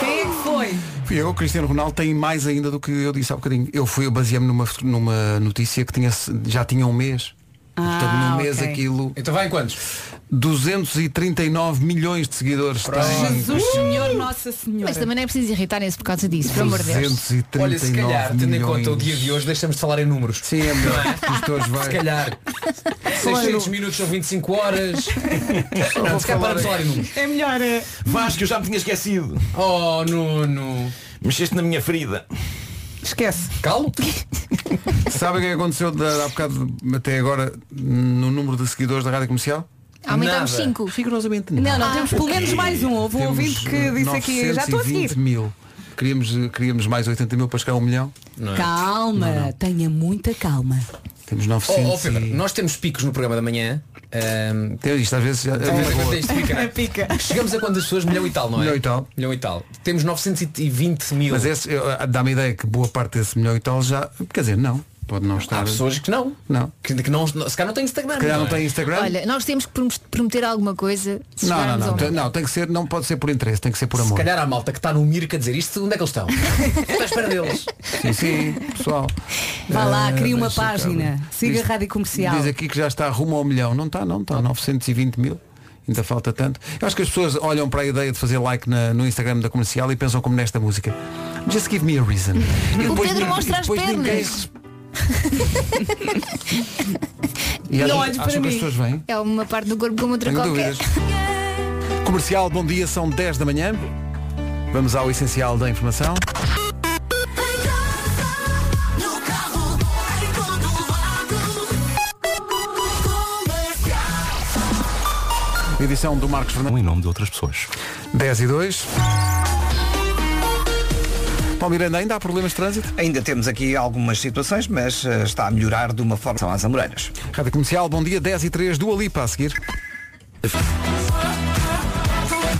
D: Quem é que foi?
A: Fui Eu, o Cristiano Ronaldo, tem mais ainda do que eu disse há bocadinho. Eu fui, eu baseei-me numa, numa notícia que tinha, já tinha um mês. Portanto, num mês
D: Ah, ok.
A: aquilo.
F: Então vai em quantos?
A: 239 milhões de seguidores. Tem.
D: Jesus Senhor, Nossa Senhora.
E: Mas também não é preciso irritarem-se por causa disso, por amor de Deus.
A: 239
F: Olha, se calhar, tendo em
A: milhões.
F: conta o dia de hoje, deixamos de falar em números.
A: Sim, é melhor.
F: Não é?
A: porque Isto hoje vai.
F: Se calhar. 600 minutos são 25 horas. Não, se calhar para de falar em números.
D: É melhor. é.
L: Vasco, eu já me tinha esquecido.
F: Oh, Nuno.
L: Mexeste na minha ferida.
D: Esquece.
F: Calo?
A: Sabe o que é que aconteceu da, há bocado até agora no número de seguidores da Rádio Comercial?
E: Aumentamos
A: Nada.
E: 5.
A: Rigorosamente
D: Não,
E: Ah.
D: não, temos pelo menos mais um. Houve um
A: Temos,
D: ouvinte que disse aqui, já estou a
A: 920
D: seguir.
A: mil. Queríamos, eh, queríamos mais 80 mil para chegar a um milhão.
D: Calma, tenha muita calma.
A: Temos
F: Oh,
A: 900.
F: oh, Pedro, nós temos picos no programa da manhã. ahm,
A: Tem isto às vezes.
F: às vezes isto
D: É
F: pica. Chegamos a quantas pessoas? Milhão e tal, não é?
A: É Milhão e tal.
F: Milhão e tal. Temos 920 mil.
A: Mas esse, eu, ah, dá-me a ideia que boa parte desse milhão e tal já. Quer dizer, não. Pode não estar.
F: Há pessoas que não.
A: Não.
F: Que, que não, se calhar não tem Instagram.
A: Se calhar não
F: é?
A: tem Instagram.
E: Olha, nós temos que promes- prometer alguma coisa. se
A: Não, não,
E: chegarmos
A: não,
E: ao
A: tem- não, tem que ser, não pode ser por interesse, tem que ser por
F: Se
A: amor.
F: calhar há malta que está no Mirca a dizer isto, onde é que eles estão? Estou à espera deles.
A: Sim, sim, pessoal.
D: Vá lá,
A: Eh,
D: cria uma
A: deixa cá
D: página.
A: ver.
D: Siga
A: Diz-
D: a Rádio Comercial.
A: Diz aqui que já está rumo ao milhão. Não está, não está. 920 mil. Ainda falta tanto. Eu acho que as pessoas olham para a ideia de fazer like na- no Instagram da comercial e pensam como nesta música. Just give me a reason. E
E: O
A: depois
E: Pedro
A: nin-
E: mostra as
A: depois ninguém
E: pernas.
A: se- E acham-
E: olhes
A: acham que as pessoas vêm?
E: É uma parte do corpo como outra
A: Tenho
E: qualquer.
A: dúvidas. Comercial, bom dia, são 10 da manhã. Vamos ao essencial da informação. Edição do Marcos Fernandes.
S: Um Em nome de outras pessoas.
A: 10 e 2. Paulo Miranda, ainda há problemas de trânsito?
C: Ainda temos aqui algumas situações, mas eh, está a melhorar de uma forma. São as Amoreiras.
A: Rádio Comercial, bom dia, 10 e 3, Dua Lipa a seguir.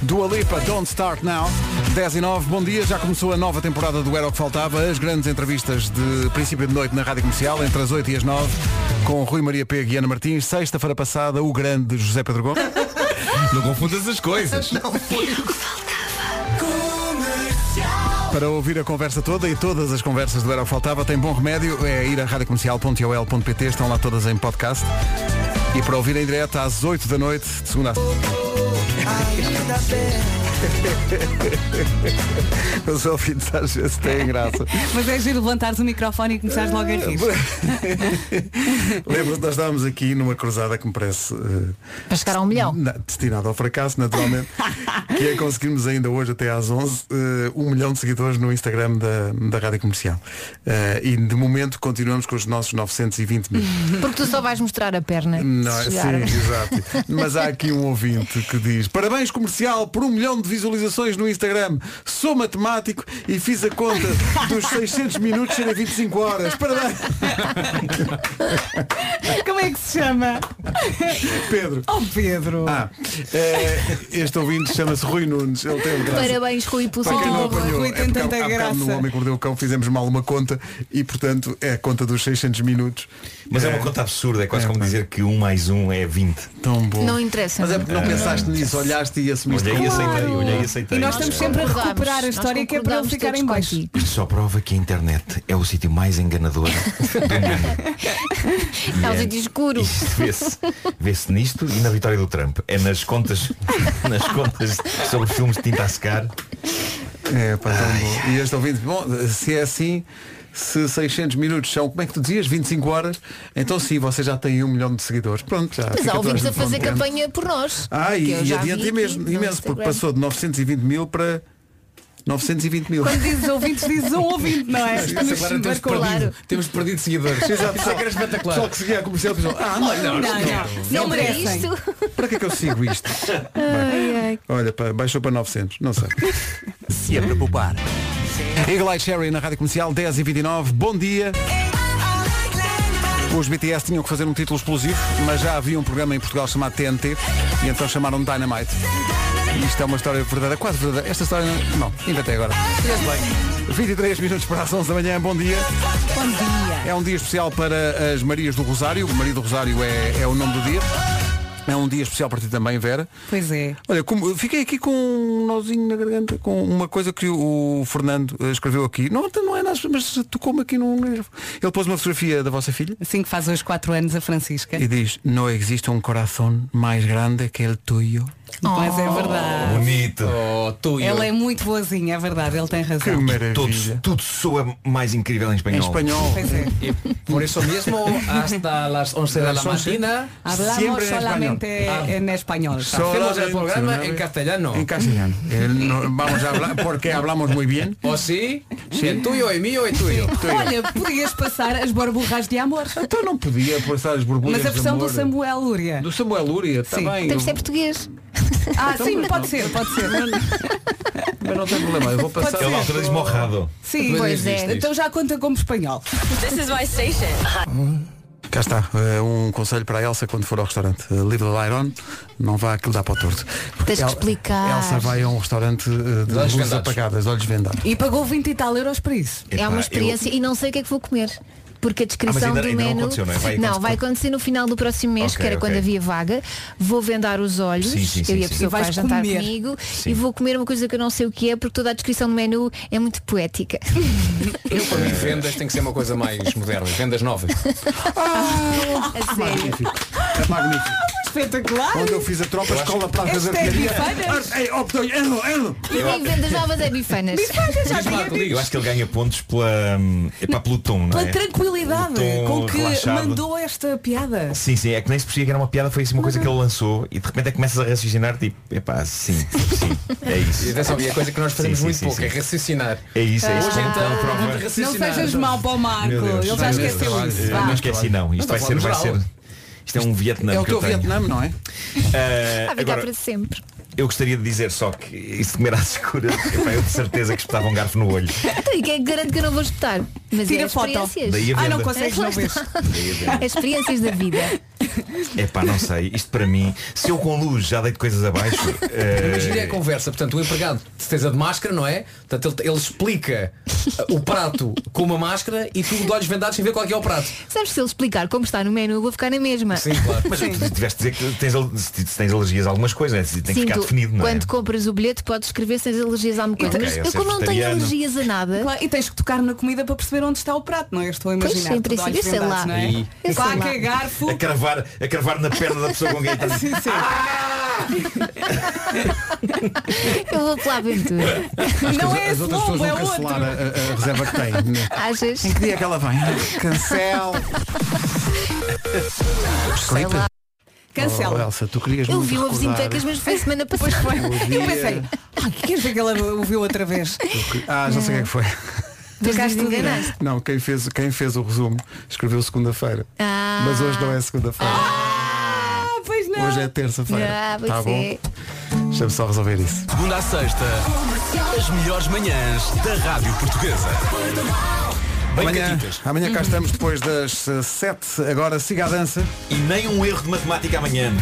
A: Dua Lipa, Don't Start Now. 10 e 9, bom dia, já começou a nova temporada do Era o que Faltava, as grandes entrevistas de princípio de noite na Rádio Comercial, entre as 8 e as 9, com Rui Maria Pego e Ana Martins, sexta-feira passada, o grande José Pedro Gomes.
S: Não confundas as coisas.
A: Para ouvir a conversa toda e todas as conversas do Era o que Faltava, tem bom remédio, é ir a radiocomercial.ol.pt, estão lá todas em podcast. E para ouvir em direto às 8 da noite, de segunda a Os ouvintes às vezes têm graça.
D: Mas é giro levantares o microfone e começares logo a rir.
A: Lembro-te, nós estávamos aqui numa cruzada que me parece eh,
E: Para chegar a um milhão.
A: na- destinada ao fracasso, naturalmente, que é conseguirmos ainda hoje, até às 11, eh, um milhão de seguidores no Instagram da, da Rádio Comercial. Eh, e de momento continuamos com os nossos 920 mil.
E: Porque tu só vais mostrar a perna.
A: Não, é?
E: se
A: sim,
E: chegarmos.
A: exato. Mas há aqui um ouvinte que diz Parabéns comercial por um milhão de visualizações no Instagram Sou matemático e fiz a conta dos 600 minutos serem 25 horas Parabéns
D: Como é que se chama?
A: Pedro
D: Oh Pedro
A: ah, eh, Este ouvinte chama-se Rui Nunes Ele tem um graça
E: Parabéns, Rui, pelo
A: Para
E: seu
A: quem não
E: teu
A: apanhou, é porque há- há bocado no Homem que Mordeu o Cão fizemos mal uma conta e, portanto, é a conta dos 600 minutos.
L: Mas é uma
A: Eh,
L: conta absurda, é quase como dizer que um mais um é 20.
A: Tão bom.
E: Não interessa.
A: Mas é porque não
F: Ah,
A: pensaste nisso, olhaste e assumiste.
L: Olhei e
A: como- um
L: aceitei, olhei e aceitei.
D: E nós estamos sempre a
E: Concordámos.
D: recuperar a
E: Nós
D: história que é para ele
E: concordámos
D: ficar
E: todos
D: em baixo.
L: Isto só prova que a internet é o sítio mais enganador.
E: É um sítio escuro.
L: Isto Vê-se vê-se nisto e na vitória do Trump. É nas contas, nas contas sobre filmes de tinta a secar.
A: É, pá, tão bom. E este ouvinte, bom, se é assim, se 600 minutos são, como é que tu dizias, 25 horas, então sim, você já tem um milhão de seguidores. Pronto, já.
E: Mas
A: fica
E: há
A: toda
E: ouvintes a
A: gente um
E: fazer
A: contente.
E: campanha por nós.
A: Ah,
E: que eu
A: e, e
E: já vi
A: adianta
E: aqui
A: imenso,
E: no
A: imenso porque
E: Instagram.
A: passou de 920 mil para 920 mil.
D: Quando dizes ouvintes, dizes um ouvinte, não é?
F: Agora
D: Mas
F: temos,
D: marcou.
F: perdido, temos perdido seguidores.
A: Exato,
F: Isso é que
A: Claro. Só
F: era espetacular.
A: que seguia a comercial pessoal, ah, não, não,
D: Não,
A: isto não.
D: não, não
E: é
D: merecem.
A: Para que é que eu sigo isto?
E: Ai, ai.
A: Olha, pá, baixou para 900, não sei. Se é para poupar. Eagle Eye Cherry na Rádio Comercial 10 e 29 bom dia. Os BTS tinham que fazer um título explosivo, mas já havia um programa em Portugal chamado TNT e então chamaram Dynamite. E Isto é uma história verdadeira, quase verdadeira. Esta história não, não inventei agora. 23 minutos para as 11 da manhã, bom dia.
D: Bom dia.
A: É um dia especial para as Marias do Rosário. Maria do Rosário é, é o nome do dia. É um dia especial para ti também, Vera.
D: Pois é.
A: Olha, como, fiquei aqui com um nozinho na garganta, com uma coisa que o Fernando eh, escreveu aqui. Não, não é nada, mas tocou-me aqui num nervo. Ele pôs uma fotografia da vossa filha
D: Assim que faz hoje 4 anos a Francisca.
A: e diz, não existe um coração mais grande que el tuyo.
D: Mas
A: Oh,
D: é verdade.
L: Bonito.
F: tu
D: Ela é muito boazinha, é verdade, ele tem
A: Que
D: razão.
A: maravilha.
L: Tudo, tudo soa mais incrível em
A: É Em
L: espanhol.
A: espanhol.
D: Pois é.
F: Por isso mesmo, hasta las 11 da
A: Las 11.
F: matina,
D: Hablamos
A: Siempre en
D: solamente
A: Ah.
D: em espanhol. tá?
F: hacemos el
A: Solamente,
F: programa
A: ¿no?
F: en castellano.
A: En castellano. Eh, no, vamos a hablar porque hablamos muy bien.
F: ¿O sí? É tu e eu, em mim ou é tu e eu?
D: Olha, podias passar as borburras de amor.
A: Então não podia passar as borbulhas
D: Mas a versão
A: de
D: do
A: amor.
D: Samuel Lúria.
A: Do Samuel Lúria, está
F: tá
D: Sim.
A: bem.
D: Temos
A: eu-
D: sempre-
E: Português.
D: Ah,
A: Então,
D: sim,
A: mas
D: pode ser, pode ser.
A: Mas não tem problema, eu vou
D: Pode
A: passar.
D: ser. Ele
L: altura diz morrado.
D: Sim, Então já conta como espanhol.
T: This is my station.
A: Cá está, eh, um conselho para a Elsa quando for ao restaurante. Eh, Leave the light on, não vá aquilo dar para o torto. Porque
E: Tens que
A: El-
E: explicar.
A: Elsa vai a um restaurante eh, de
F: De
A: luzes
F: olhos vendados.
A: apagadas, de olhos vendados.
D: E pagou 20 e tal euros para isso.
E: É uma experiência e não sei o que é que vou comer. Porque a descrição
L: Ah, ainda-
E: do
L: ainda não
E: menu.
L: aconteceu, não é? Vai acontecer-
E: vai acontecer no final do próximo mês,
L: Ok,
E: que era
L: ok.
E: quando havia vaga. Vou vendar os olhos,
L: Sim, sim,
E: eu
L: sim,
E: e a
L: sim.
E: pessoa
L: E
E: que vai
L: vais
E: jantar
L: comer.
E: comigo
L: Sim.
E: e vou comer uma coisa que eu não sei o que é, porque toda a descrição do menu é muito poética.
F: Eu para mim vendas tem que ser uma coisa mais moderna, vendas novas.
E: a sério.
A: É magnífico.
D: Espetacular.
A: Quando eu fiz a tropa,
F: Eu acho-
A: escola para fazer
F: Esta é
E: E nem vendas novas é bifanas.
L: Diz Marco, diga, eu acho que ele ganha pontos pela, hum, epá, pelo tom, não
D: Pela
L: é?
D: tranquilidade
L: O tom
D: com que
L: relaxado.
D: mandou esta piada.
L: Sim, sim, é que nem se percebia que era uma piada, foi assim uma coisa
E: Uhum.
L: que ele lançou e de repente é que começas a raciocinar tipo, epá, sim, sim, é isso.
F: E atenção, e a coisa que nós fazemos
L: Sim,
F: muito
L: sim,
F: pouco
L: sim,
F: é
L: sim.
F: raciocinar.
L: É isso,
E: Ah.
L: é isso.
F: Hoje então,
L: Comprova.
F: vamos raciocinar.
D: Não sejas mau para o Marco.
L: Meu Deus.
D: Ele já
L: Meu Deus. é
D: esqueceu isso.
L: Eu
D: Vá.
L: Não esqueci não, isto vai ser,
F: falando
L: vai
F: geral.
L: ser. Isto é um Vietnã
A: É o
L: que eu
A: teu
L: tenho.
A: Vietnã, não é?
L: Eh,
E: Vai ficar
L: agora,
E: para sempre.
L: eu gostaria de dizer só que isso de comer às escuras, epá, eu de certeza que espetava um garfo no olho.
E: Então, e quem é que garante que eu não vou escutar? Mas
D: Tira
E: é
D: foto.
E: experiências.
L: Daí a Ah, não venda.
D: consegues, não vês.
L: Daí a venda.
E: É experiências da vida.
L: Epá, não sei, isto para mim, se eu com luz já deito coisas abaixo, eh,
F: Imagina é a conversa, portanto, o empregado se tens a de máscara, não é? Portanto, ele, ele explica uh, o prato com uma máscara e tu de olhos vendados sem ver qual é que é o prato.
E: Sabes se ele explicar como está no menu, eu vou ficar na mesma.
F: Sim, claro.
L: Mas tu tiveste de dizer que tens, al- se se tens alergias a algumas coisas, né? Se tem que
E: Sim,
L: ficar
E: tu,
L: definido, não é?
E: quando compras o bilhete podes escrever se tens alergias a alguma coisa.
L: Ok,
E: Mas
L: eu
E: eu
L: sou
E: como não tenho
L: vegetariano.
E: alergias a nada.
D: Claro, e tens que tocar na comida para perceber onde está o prato, não é? Eu estou a imaginar.
E: Pois, em
D: tudo olhos
E: princípio, sei lá.
D: vendados, não é?
L: Ih.
E: Eu sei lá.
D: Faca, garfo.
L: A cravar, a cravar na perna da pessoa com quem estás.
D: Sim, sim.
E: Eu vou pela aventura.
A: Acho
D: Não
A: que
D: é
A: as, as
D: esse
A: outras pessoas
D: lobo,
A: vão
D: é
A: cancelar a,
D: outro.
A: a- a reserva que têm. né?
E: Achas?
A: Em que dia é que ela vem? Cancel. Filipe?
D: Cancela.
A: Oh, Elsa, tu querias
E: Eu
A: muito
E: vi o vizinho
A: recordar-
E: tecas, mas foi semana passada.
A: Ouvi-
D: Eu pensei, ah, queres ver que ela ouviu outra vez?
A: Ah, já sei o que é que foi.
E: Ficaste
D: tudo.
E: enganaste.
A: Não, quem fez, quem fez o resumo escreveu segunda-feira.
E: Ah.
A: Mas hoje não é segunda-feira.
D: Ah, pois não.
A: Hoje é terça-feira.
E: Ah, pois
A: tá
E: é.
A: bom? Deixa-me só resolver isso.
K: Segunda à sexta, as melhores manhãs da Rádio Portuguesa. Bem
A: Amanhã,
K: catitas.
A: amanhã cá estamos depois das eh, sete. Agora siga a dança.
L: E nem um erro de matemática amanhã.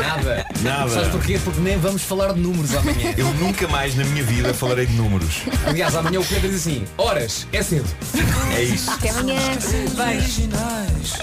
F: Nada.
L: Nada.
F: Sabes porquê? Porque nem vamos falar de números amanhã.
L: Eu nunca mais na minha vida falarei de números.
F: Aliás, amanhã o Pedro diz assim, horas, é cedo.
L: É isso.
E: Até amanhã.
D: Beijo.